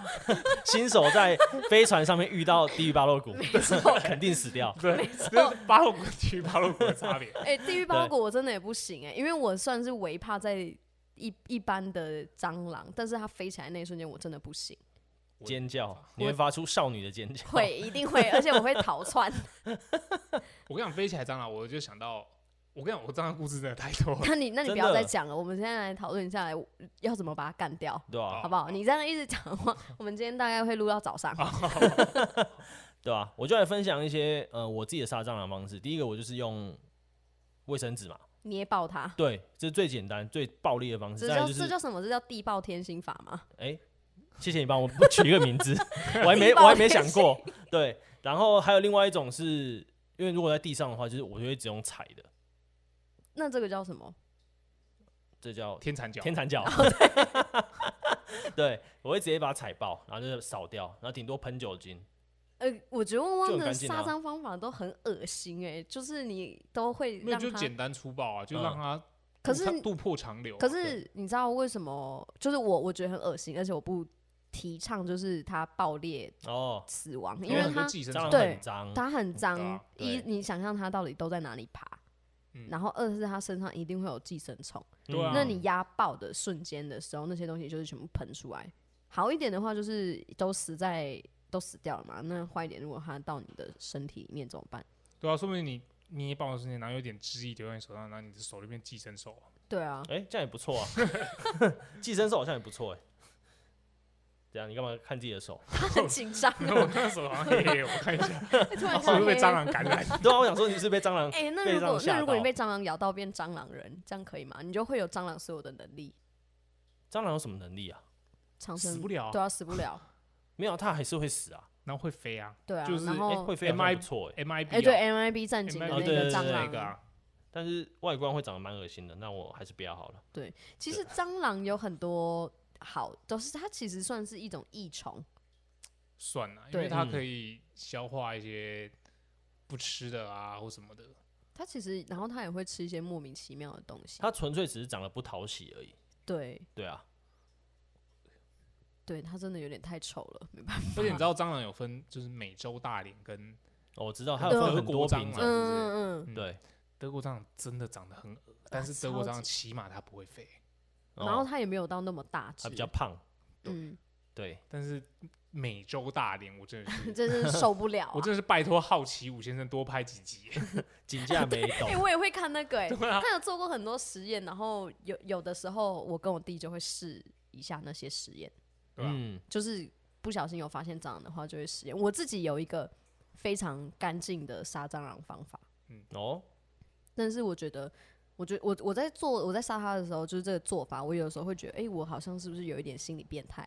Speaker 3: 新手在飞船上面遇到地狱巴洛 谷，肯定死 掉，
Speaker 1: 对，这是巴洛果区巴洛果的差别。
Speaker 2: 哎、地狱包裹我真的也不行哎、因为我算是唯怕在一一般的蟑螂，但是它飞起来那一瞬间我真的不 行，
Speaker 1: 我
Speaker 3: 尖叫，你会发出少女的尖叫，
Speaker 2: 会一定会，而且我会逃 窜，
Speaker 1: 我跟你讲，飞起来蟑螂，我就想到，我跟你讲，我蟑螂故事真的太多 了。
Speaker 2: 那你那你
Speaker 3: 真
Speaker 2: 不
Speaker 3: 的哦
Speaker 2: 要再讲了，我们现在来讨论一下来要怎么把它干掉，
Speaker 3: 对吧、
Speaker 2: 好不好？你这样一直讲的话，我们今天大概会录到早
Speaker 1: 啊
Speaker 2: 上。
Speaker 3: 对吧、我就来分享一些呃我自己的杀蟑螂方式，第一个我就是用卫生纸嘛，
Speaker 2: 捏爆它，
Speaker 3: 对，这是最简单最暴力的方式，
Speaker 2: 这
Speaker 3: 再来
Speaker 2: 叫、
Speaker 3: 就是
Speaker 2: 这叫什么？这叫地爆天心法吗？
Speaker 3: 哎、谢谢你帮我不取一个名字，我还没
Speaker 2: 自己
Speaker 3: 我
Speaker 2: 报
Speaker 3: 还没想过。对，然后还有另外一种是，因为如果在地上的话，就是我就会只用踩的，
Speaker 2: 那这个叫什么？
Speaker 3: 这叫
Speaker 1: 天蚕角，
Speaker 3: 天蚕脚。 对，我会直接把它踩爆，然后就是扫掉，然后顶多喷酒精。
Speaker 2: 呃，我觉得汪汪
Speaker 3: 就很
Speaker 2: 的
Speaker 3: 干净啊
Speaker 2: 杀蟑方法都很恶心哎、就是你都会
Speaker 1: 没有
Speaker 2: 让
Speaker 1: 就
Speaker 2: 它。
Speaker 1: 简单粗暴啊，就
Speaker 3: 嗯
Speaker 1: 让它渡。
Speaker 2: 可是
Speaker 1: 它渡破长流啊。
Speaker 2: 可是你知道为什么？就是我我觉得很恶心，而且我不提倡就是它爆裂
Speaker 3: 哦，
Speaker 2: 死亡，
Speaker 1: 对
Speaker 2: 因为
Speaker 1: 很多
Speaker 2: 它
Speaker 1: 寄生
Speaker 3: 蟑
Speaker 1: 虫
Speaker 3: 螂
Speaker 2: 对
Speaker 3: 很脏，
Speaker 2: 它很
Speaker 1: 对
Speaker 2: 脏
Speaker 1: 啊。
Speaker 2: 一
Speaker 3: 对，
Speaker 2: 你想象它到底都在哪里爬？
Speaker 1: 嗯
Speaker 2: 然后二是它身上一定会有寄生虫，
Speaker 1: 对啊
Speaker 3: 嗯
Speaker 2: 那你压爆的瞬间的时候，那些东西就是全部喷出来。好一点的话，就是都死在都死掉了嘛。那坏一点，如果它到你的身体里面怎么办？
Speaker 1: 对啊，说明你你也帮我瞬间，然后有点汁液流在你手上，然后你的手里面寄生兽啊。
Speaker 2: 对啊，
Speaker 3: 哎、这样也不错啊，寄生兽好像也不错哎、这样你干嘛看自己的手？
Speaker 2: 他很紧 张啊，
Speaker 1: 我看手好像黑黑，我看一下，
Speaker 2: 突然
Speaker 1: 会不
Speaker 2: 想
Speaker 1: 会被
Speaker 2: 黑
Speaker 1: 蟑螂感染？
Speaker 3: 对啊，我想说你是被蟑螂
Speaker 2: 哎、那
Speaker 3: 被
Speaker 2: 如
Speaker 3: 蟑螂
Speaker 2: 果
Speaker 3: 吓
Speaker 2: 那如果你
Speaker 3: 到
Speaker 2: 被蟑螂咬到变蟑螂人，这样可以吗？你就会有蟑螂所有的能力，
Speaker 3: 蟑螂有什么能力啊？
Speaker 2: 长生
Speaker 1: 死不了啊
Speaker 2: 对啊，死不了，
Speaker 3: 没有，它还是会死啊，
Speaker 1: 然后会飞啊
Speaker 2: 对啊，
Speaker 1: 就是
Speaker 2: 然
Speaker 3: 哎、
Speaker 2: 后
Speaker 3: 会飞好
Speaker 1: MI
Speaker 3: 像不错哎、
Speaker 1: ，M I B 啊
Speaker 2: 哎、对 M I B 战警的那
Speaker 3: 哦对对
Speaker 2: 个
Speaker 3: 对
Speaker 2: 蟑
Speaker 3: 对
Speaker 1: 那
Speaker 2: 螂，
Speaker 1: 个啊，
Speaker 3: 但是外观会长得蛮恶心的，那我还是不要好了。
Speaker 2: 其实蟑螂有很多好，都是它其实算是一种益虫，
Speaker 1: 算了，因
Speaker 2: 对
Speaker 1: 为它
Speaker 3: 嗯
Speaker 1: 可以消化一些不吃的啊或什么的。
Speaker 2: 它其实然后它也会吃一些莫名其妙的东西，
Speaker 3: 它纯粹只是长得不讨喜而已。
Speaker 2: 对
Speaker 3: 对啊，
Speaker 2: 对，它真的有点太丑了，没办法，
Speaker 1: 而且你知道蟑螂有分，就是美洲大蠊跟
Speaker 3: 哦我知道它有分很多品
Speaker 1: 蟑螂
Speaker 3: 种，
Speaker 1: 是不是
Speaker 2: 啊嗯嗯
Speaker 1: 嗯
Speaker 3: 对，
Speaker 1: 德国蟑螂真的长得很恶，但
Speaker 2: 啊
Speaker 1: 是德国蟑螂起码它不会飞，
Speaker 2: 嗯，然后
Speaker 3: 哦
Speaker 2: 它也没有到那么大只，
Speaker 3: 它比较胖，
Speaker 2: 嗯，，
Speaker 3: 对，
Speaker 1: 但是美洲大蠊我真的是
Speaker 2: 真是受不 了、
Speaker 1: 我
Speaker 2: 啊。
Speaker 1: 真的是拜托好奇五先生多拍几集。
Speaker 3: 紧架没
Speaker 2: 哎、
Speaker 3: 懂。
Speaker 2: 我也会看那个哎、
Speaker 1: 对啊，
Speaker 2: 他有做过很多实验，然后有有的时候我跟我弟就会试一下那些实验，
Speaker 1: 对吧
Speaker 3: 嗯，
Speaker 2: 就是不小心有发现蟑螂的话就会实验。我自己有一个非常干净的杀蟑螂方法，
Speaker 3: 哦，
Speaker 2: 但是我觉得，我觉我我在做我在杀它的时候，就是这个做法，我有时候会觉得，哎、我好像是不是有一点心理变态？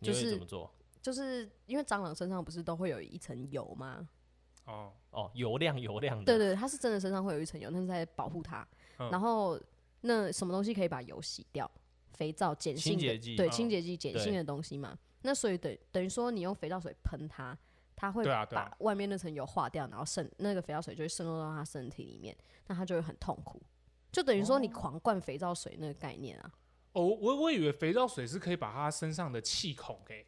Speaker 3: 你
Speaker 2: 就是
Speaker 3: 会怎么做？
Speaker 2: 就是因为蟑螂身上不是都会有一层油吗？
Speaker 1: 哦，
Speaker 3: 哦，油亮油亮的，
Speaker 2: 对对，它是真的身上会有一层油，但是在保护它。
Speaker 1: 嗯
Speaker 2: 然后那什么东西可以把油洗掉？肥皂、碱性的
Speaker 3: 清洁剂
Speaker 2: 对
Speaker 1: 嗯
Speaker 2: 清洁剂、碱
Speaker 3: 对
Speaker 2: 性的东西嘛。那所以等等于说，你用肥皂水喷它，它 会
Speaker 1: 对啊对啊
Speaker 2: 把外面那层油化掉，然后渗那个肥皂水就会渗入到它身体里面，那它就会很痛苦。就等于说你狂灌肥皂水那个概念啊，
Speaker 1: 哦，我我以为肥皂水是可以把它身上的气孔给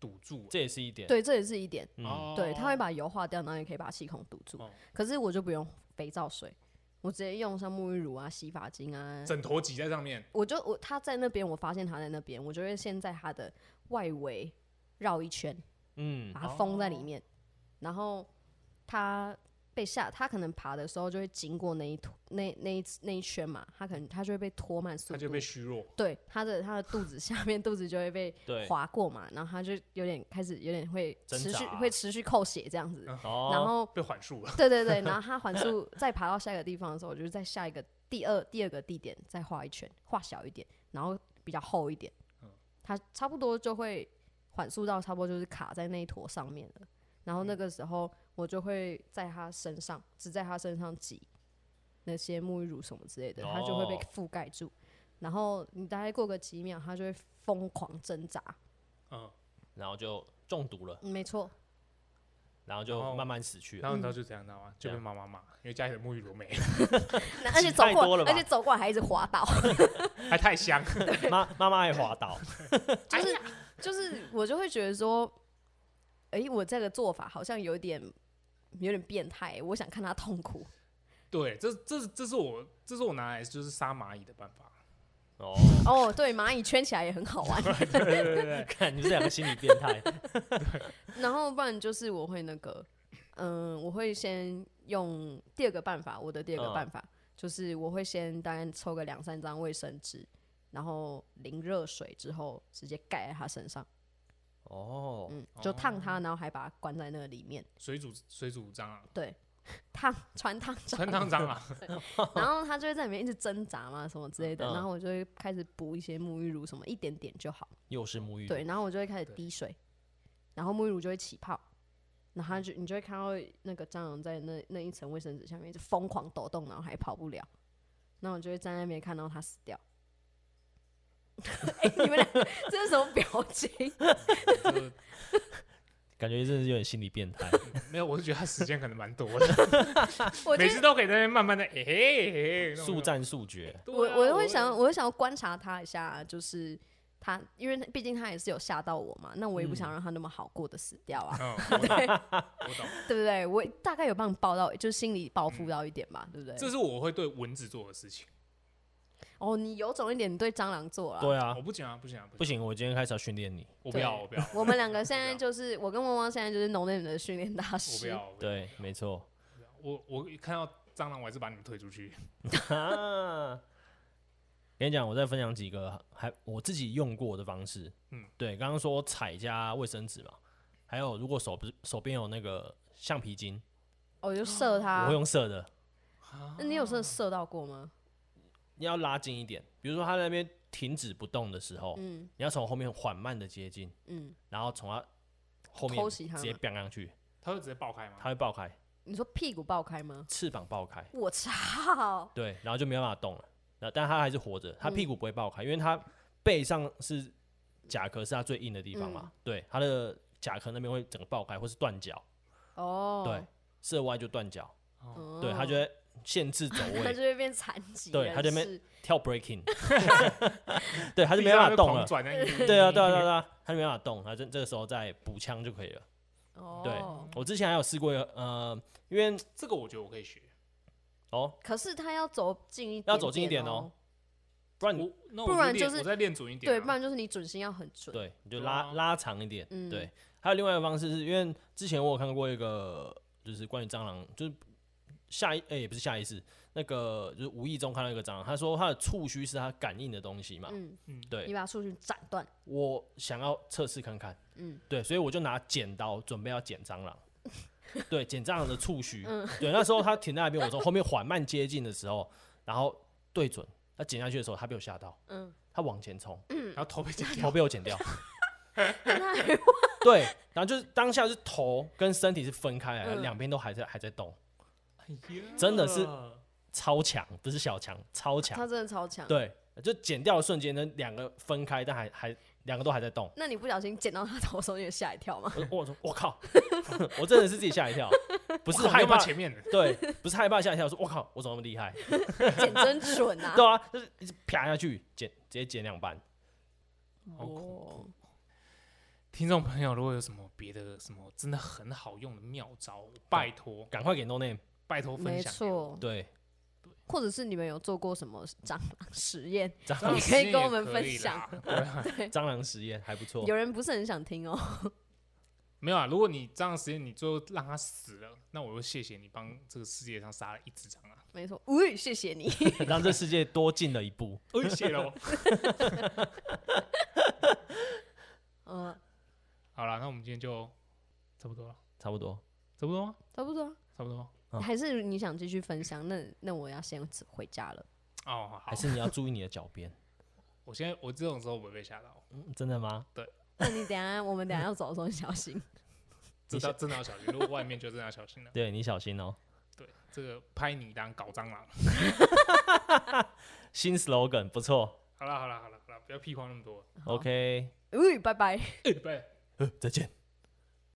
Speaker 1: 堵住。
Speaker 3: 这也是一点。
Speaker 2: 对，这也是一点。
Speaker 3: 嗯，
Speaker 1: 哦，
Speaker 2: 对，它会把油化掉，然后也可以把气孔堵住
Speaker 1: 哦。
Speaker 2: 可是我就不用肥皂水，我直接用像沐浴乳啊、洗发精啊，
Speaker 1: 枕头挤在上面。
Speaker 2: 我就我他在那边，我发现他在那边，我就会先在他的外围绕一圈，
Speaker 3: 嗯，
Speaker 2: 把它封在里面，然后他被吓，他可能爬的时候就会经过那一坨那那一那一圈嘛，他可能他就会被拖慢
Speaker 1: 它
Speaker 2: 速度，
Speaker 1: 就被虚弱，
Speaker 2: 对他的他的肚子 下面肚子就会被
Speaker 3: 对，
Speaker 2: 划过嘛，然后他就有点开始有点会
Speaker 3: 挣
Speaker 2: 持续
Speaker 3: 扎
Speaker 2: 会持续扣血这样子，
Speaker 3: 哦，
Speaker 2: 然后
Speaker 1: 被缓束了。
Speaker 2: 对对 对，然后它缓速再爬到下一个地方的时候，我就是在下一个第二第二个地点再画一圈，画小一点，然后比较厚一点
Speaker 1: 嗯，
Speaker 2: 它差不多就会缓速到差不多就是卡在那一坨上面了。然后那个时候我就会在它身上，只在它身上挤那些沐浴乳什么之类的，它就会被
Speaker 3: 哦
Speaker 2: 覆盖住。然后你大概过个几秒，它就会疯狂挣扎。嗯
Speaker 1: 嗯，
Speaker 3: 然后就中毒了，
Speaker 2: 没 错，
Speaker 3: 然后
Speaker 1: 然后
Speaker 3: 就慢慢死去
Speaker 1: 然
Speaker 3: 了。
Speaker 1: 后你知道就怎样，你知道吗？就被
Speaker 3: 这样
Speaker 1: 妈妈骂，因为家里的沐浴乳没了，
Speaker 2: 那而且
Speaker 3: 挤
Speaker 2: 走
Speaker 3: 太
Speaker 2: 过
Speaker 3: 多了
Speaker 2: 来，
Speaker 3: 吧
Speaker 2: 而且走过来还一直滑倒。
Speaker 1: 还太香。
Speaker 3: 妈妈妈也滑倒，
Speaker 2: 就是就是我就会觉得说，哎、我这个做法好像有点有点变态，我想看他痛苦。
Speaker 1: 对，这这这是我这是我拿来就是杀蚂蚁的办法。
Speaker 3: 哦，
Speaker 2: 哦，对，蚂蚁圈起来也很好玩。
Speaker 1: 对对对对，
Speaker 3: 看你们这两个心理变态，
Speaker 2: 然后不然就是我会那个，嗯，我会先用第二个办法，我的第二个
Speaker 3: 嗯
Speaker 2: 办法、就是我会先大概抽个两三张卫生纸。然后淋热水之后，直接盖在他身上，嗯
Speaker 3: 哦，
Speaker 2: 嗯，就烫他，然后还把他关在那里面。
Speaker 1: 水煮水煮蟑螂，
Speaker 2: 对，烫穿烫装，
Speaker 1: 穿烫蟑 螂，
Speaker 2: 然后它就会在里面一直挣扎嘛，什么之类的。
Speaker 3: 嗯
Speaker 2: 然后我就会开始补一些沐浴乳，什么一点点就好。
Speaker 3: 又是沐浴
Speaker 2: 对，
Speaker 3: 露，
Speaker 2: 然后我就会开始
Speaker 1: 对
Speaker 2: 滴水，然后沐浴乳就会起泡，然后它就你就会看到那个蟑螂在那那一层卫生纸下面就疯狂抖动，然后还跑不了。那我就会站在那边看到它死掉。 哎、你们俩这是什么表情？
Speaker 1: 就
Speaker 3: 感觉真的是有点心理变态。
Speaker 1: 没有，我是觉得他时间可能蛮多的，
Speaker 2: 我就
Speaker 1: 每次都可以在那边慢慢的，诶嘿嘿，
Speaker 3: 速，战速决，
Speaker 1: 对啊
Speaker 2: 我我就会想，我就想要观察他一下，啊就是他，因为毕竟他也是有吓到我嘛，那我也不想让他那么好过的死掉啊，
Speaker 1: 嗯，我懂，我懂，
Speaker 2: 对不对？我大概有帮你报到，就是心里报复到一点
Speaker 3: 嗯
Speaker 2: 吧，对不
Speaker 1: 这
Speaker 2: 对？
Speaker 1: 是我会对蚊子做的事情。
Speaker 2: 哦，你有种一点，你对蟑螂做了。
Speaker 3: 对啊
Speaker 1: 我，不讲啊，不讲啊，
Speaker 3: 不
Speaker 1: 行，
Speaker 3: 行，我今天开始要训练你。
Speaker 1: 我不要，我不要。
Speaker 2: 我们两个现
Speaker 1: 我
Speaker 2: 在
Speaker 1: 不要
Speaker 2: 就是，我跟汪汪现在就是 No Name 的训练大
Speaker 1: 我不
Speaker 2: 师。哦
Speaker 1: 要，我不要，
Speaker 3: 对，没错。
Speaker 1: 我我一看到蟑螂，我还是把你们推出 去。
Speaker 3: 啊，跟你讲，我再分享几个还我自己用过的方式。
Speaker 1: 嗯
Speaker 3: 嗯，对，刚刚说踩加卫生纸嘛，还有如果手不是手边有那个橡皮筋，
Speaker 2: 我就射
Speaker 3: 我
Speaker 2: 他
Speaker 3: 会。用射的，
Speaker 1: 啊
Speaker 2: 那你有真的射到过吗？
Speaker 3: 你要拉近一点。比如说他在那边停止不动的时候，
Speaker 2: 嗯
Speaker 3: 你要从后面缓慢的接近，
Speaker 2: 嗯，
Speaker 3: 然后从他后面
Speaker 2: 偷袭他
Speaker 3: 直接
Speaker 2: 吗
Speaker 3: 飙上去，
Speaker 1: 它会直接爆开吗？
Speaker 3: 他会爆开，
Speaker 2: 你说屁股爆开吗？
Speaker 3: 翅膀爆开，
Speaker 2: 我操！
Speaker 3: 对，然后就没办法动了。那但他还是活着，他
Speaker 2: 嗯
Speaker 3: 屁股不会爆开，因为他背上是甲壳是他最硬的地方嘛，
Speaker 2: 嗯
Speaker 3: 对，他的甲壳那边会整个爆开或是断脚，
Speaker 2: 哦，
Speaker 3: 对，射歪就断脚，
Speaker 2: 哦
Speaker 3: 对他就会限制走
Speaker 2: 他
Speaker 3: 位
Speaker 2: 就，会变残疾人士。
Speaker 3: 对他就变 跳 breaking，对，他就没办法动 了
Speaker 1: 地上会狂。转那个
Speaker 3: 对啊，对啊，对啊，对啊，他就没办法动，他这这个时候再补枪就可以了。
Speaker 2: 哦，
Speaker 3: 对我之前还有试过一个，呃，因为
Speaker 1: 这个我觉得我可以学。
Speaker 3: 哦，
Speaker 2: 可是他要走近一点
Speaker 3: 要走近一点
Speaker 2: 哦
Speaker 3: 哦，不然你
Speaker 1: 我那我
Speaker 2: 不然
Speaker 1: 练
Speaker 2: 就是
Speaker 1: 我再练准一点啊。
Speaker 2: 对，不然就是你准心要很准。
Speaker 3: 对，你就
Speaker 1: 对
Speaker 3: 拉、
Speaker 1: 啊
Speaker 3: 拉长一点。
Speaker 2: 嗯
Speaker 3: 对，还有另外一个方式是，因为之前我有看过一个，就是关于蟑螂，就是下一诶、也不是下一次，那个就是无意中看到一个蟑螂，他说他的触须是他感应的东西嘛。
Speaker 2: 嗯，你
Speaker 3: 对，
Speaker 2: 把它触须斩断，
Speaker 3: 我想要测试看看。
Speaker 2: 嗯
Speaker 3: 对，所以我就拿剪刀准备要剪 蟑螂。对，剪蟑螂的触须。
Speaker 2: 嗯
Speaker 3: 对，那时候他停在那边，我从后面缓慢接近的时候，然后对准他剪下去的时候，他被我吓到，
Speaker 2: 嗯，
Speaker 3: 他往前冲，
Speaker 1: 然后头被剪
Speaker 3: 头
Speaker 1: 掉，
Speaker 3: 被我剪掉。
Speaker 2: 但它还
Speaker 3: 对，然后就是当下是头跟身体是分开来的，
Speaker 2: 嗯
Speaker 3: 两边、都还在还在动，
Speaker 1: 哎呀
Speaker 3: 真的是超强，不是小强，超
Speaker 2: 它
Speaker 3: 强。
Speaker 2: 真的超强。，
Speaker 3: 对，就剪掉的瞬间，那两个分开，但还还两个都还在动。
Speaker 2: 那你不小心剪到它头的时候，你也吓一跳 吗？
Speaker 3: 我我说我靠， 我真的是自己吓一跳，
Speaker 1: 不
Speaker 3: 不是害怕，
Speaker 1: 前面的，
Speaker 3: 对，不是害怕吓一跳，说我靠，我怎么那么厉害？
Speaker 2: 剪真准啊！
Speaker 3: 对啊，就是一直啪下去，剪直接剪两半。
Speaker 1: 好恐
Speaker 2: 哦，
Speaker 1: 听众朋友，如果有什么别的什么真的很好用的妙招，拜托
Speaker 3: 赶快给 No Name，
Speaker 1: 拜托分
Speaker 2: 没
Speaker 1: 享给我。
Speaker 2: 错。
Speaker 3: 对，
Speaker 2: 或者是你们有做过什么蟑螂实验？
Speaker 3: 蟑
Speaker 1: 这样
Speaker 2: 你
Speaker 1: 时
Speaker 2: 可以
Speaker 1: 间
Speaker 2: 跟
Speaker 1: 也
Speaker 2: 我们
Speaker 1: 可
Speaker 2: 分
Speaker 1: 以
Speaker 2: 享
Speaker 1: 啦。对啊
Speaker 3: 蟑螂实验还不错
Speaker 2: 有，人不是很想听哦。
Speaker 1: 没有啊，如果你这样的时间你最后让他死了，那我就谢谢你帮这个世界上杀了一只蟑螂，啊
Speaker 2: 没错，喂，谢谢 你。
Speaker 3: 让这世界多进了一步。
Speaker 1: 哦，谢 喽。
Speaker 2: 嗯，
Speaker 1: 好了，那我们今天就差不多了，
Speaker 3: 差不多，
Speaker 1: 差不多吗？
Speaker 2: 差不多啊。
Speaker 1: 差不多吗。
Speaker 3: 啊
Speaker 2: 还是你想继续分享？那那我要先回家了。
Speaker 1: 哦，好
Speaker 3: 还，是你要注意你的脚边。
Speaker 1: 我现在我这种时候不会被吓到，
Speaker 3: 嗯真的吗？
Speaker 2: 那你等一下，我们等一下要走的时候你小心。
Speaker 1: 真的真的要小心，如果外面就真的要小心了。
Speaker 3: 对你小心哦、
Speaker 1: 对，这个拍你当搞蟑螂。
Speaker 3: 新 slogan 不错、
Speaker 1: 好了好了好了好了，不要屁话那么多。
Speaker 2: 好
Speaker 3: o k
Speaker 2: 喂，拜拜。
Speaker 1: 哎拜。
Speaker 3: 呃，再见。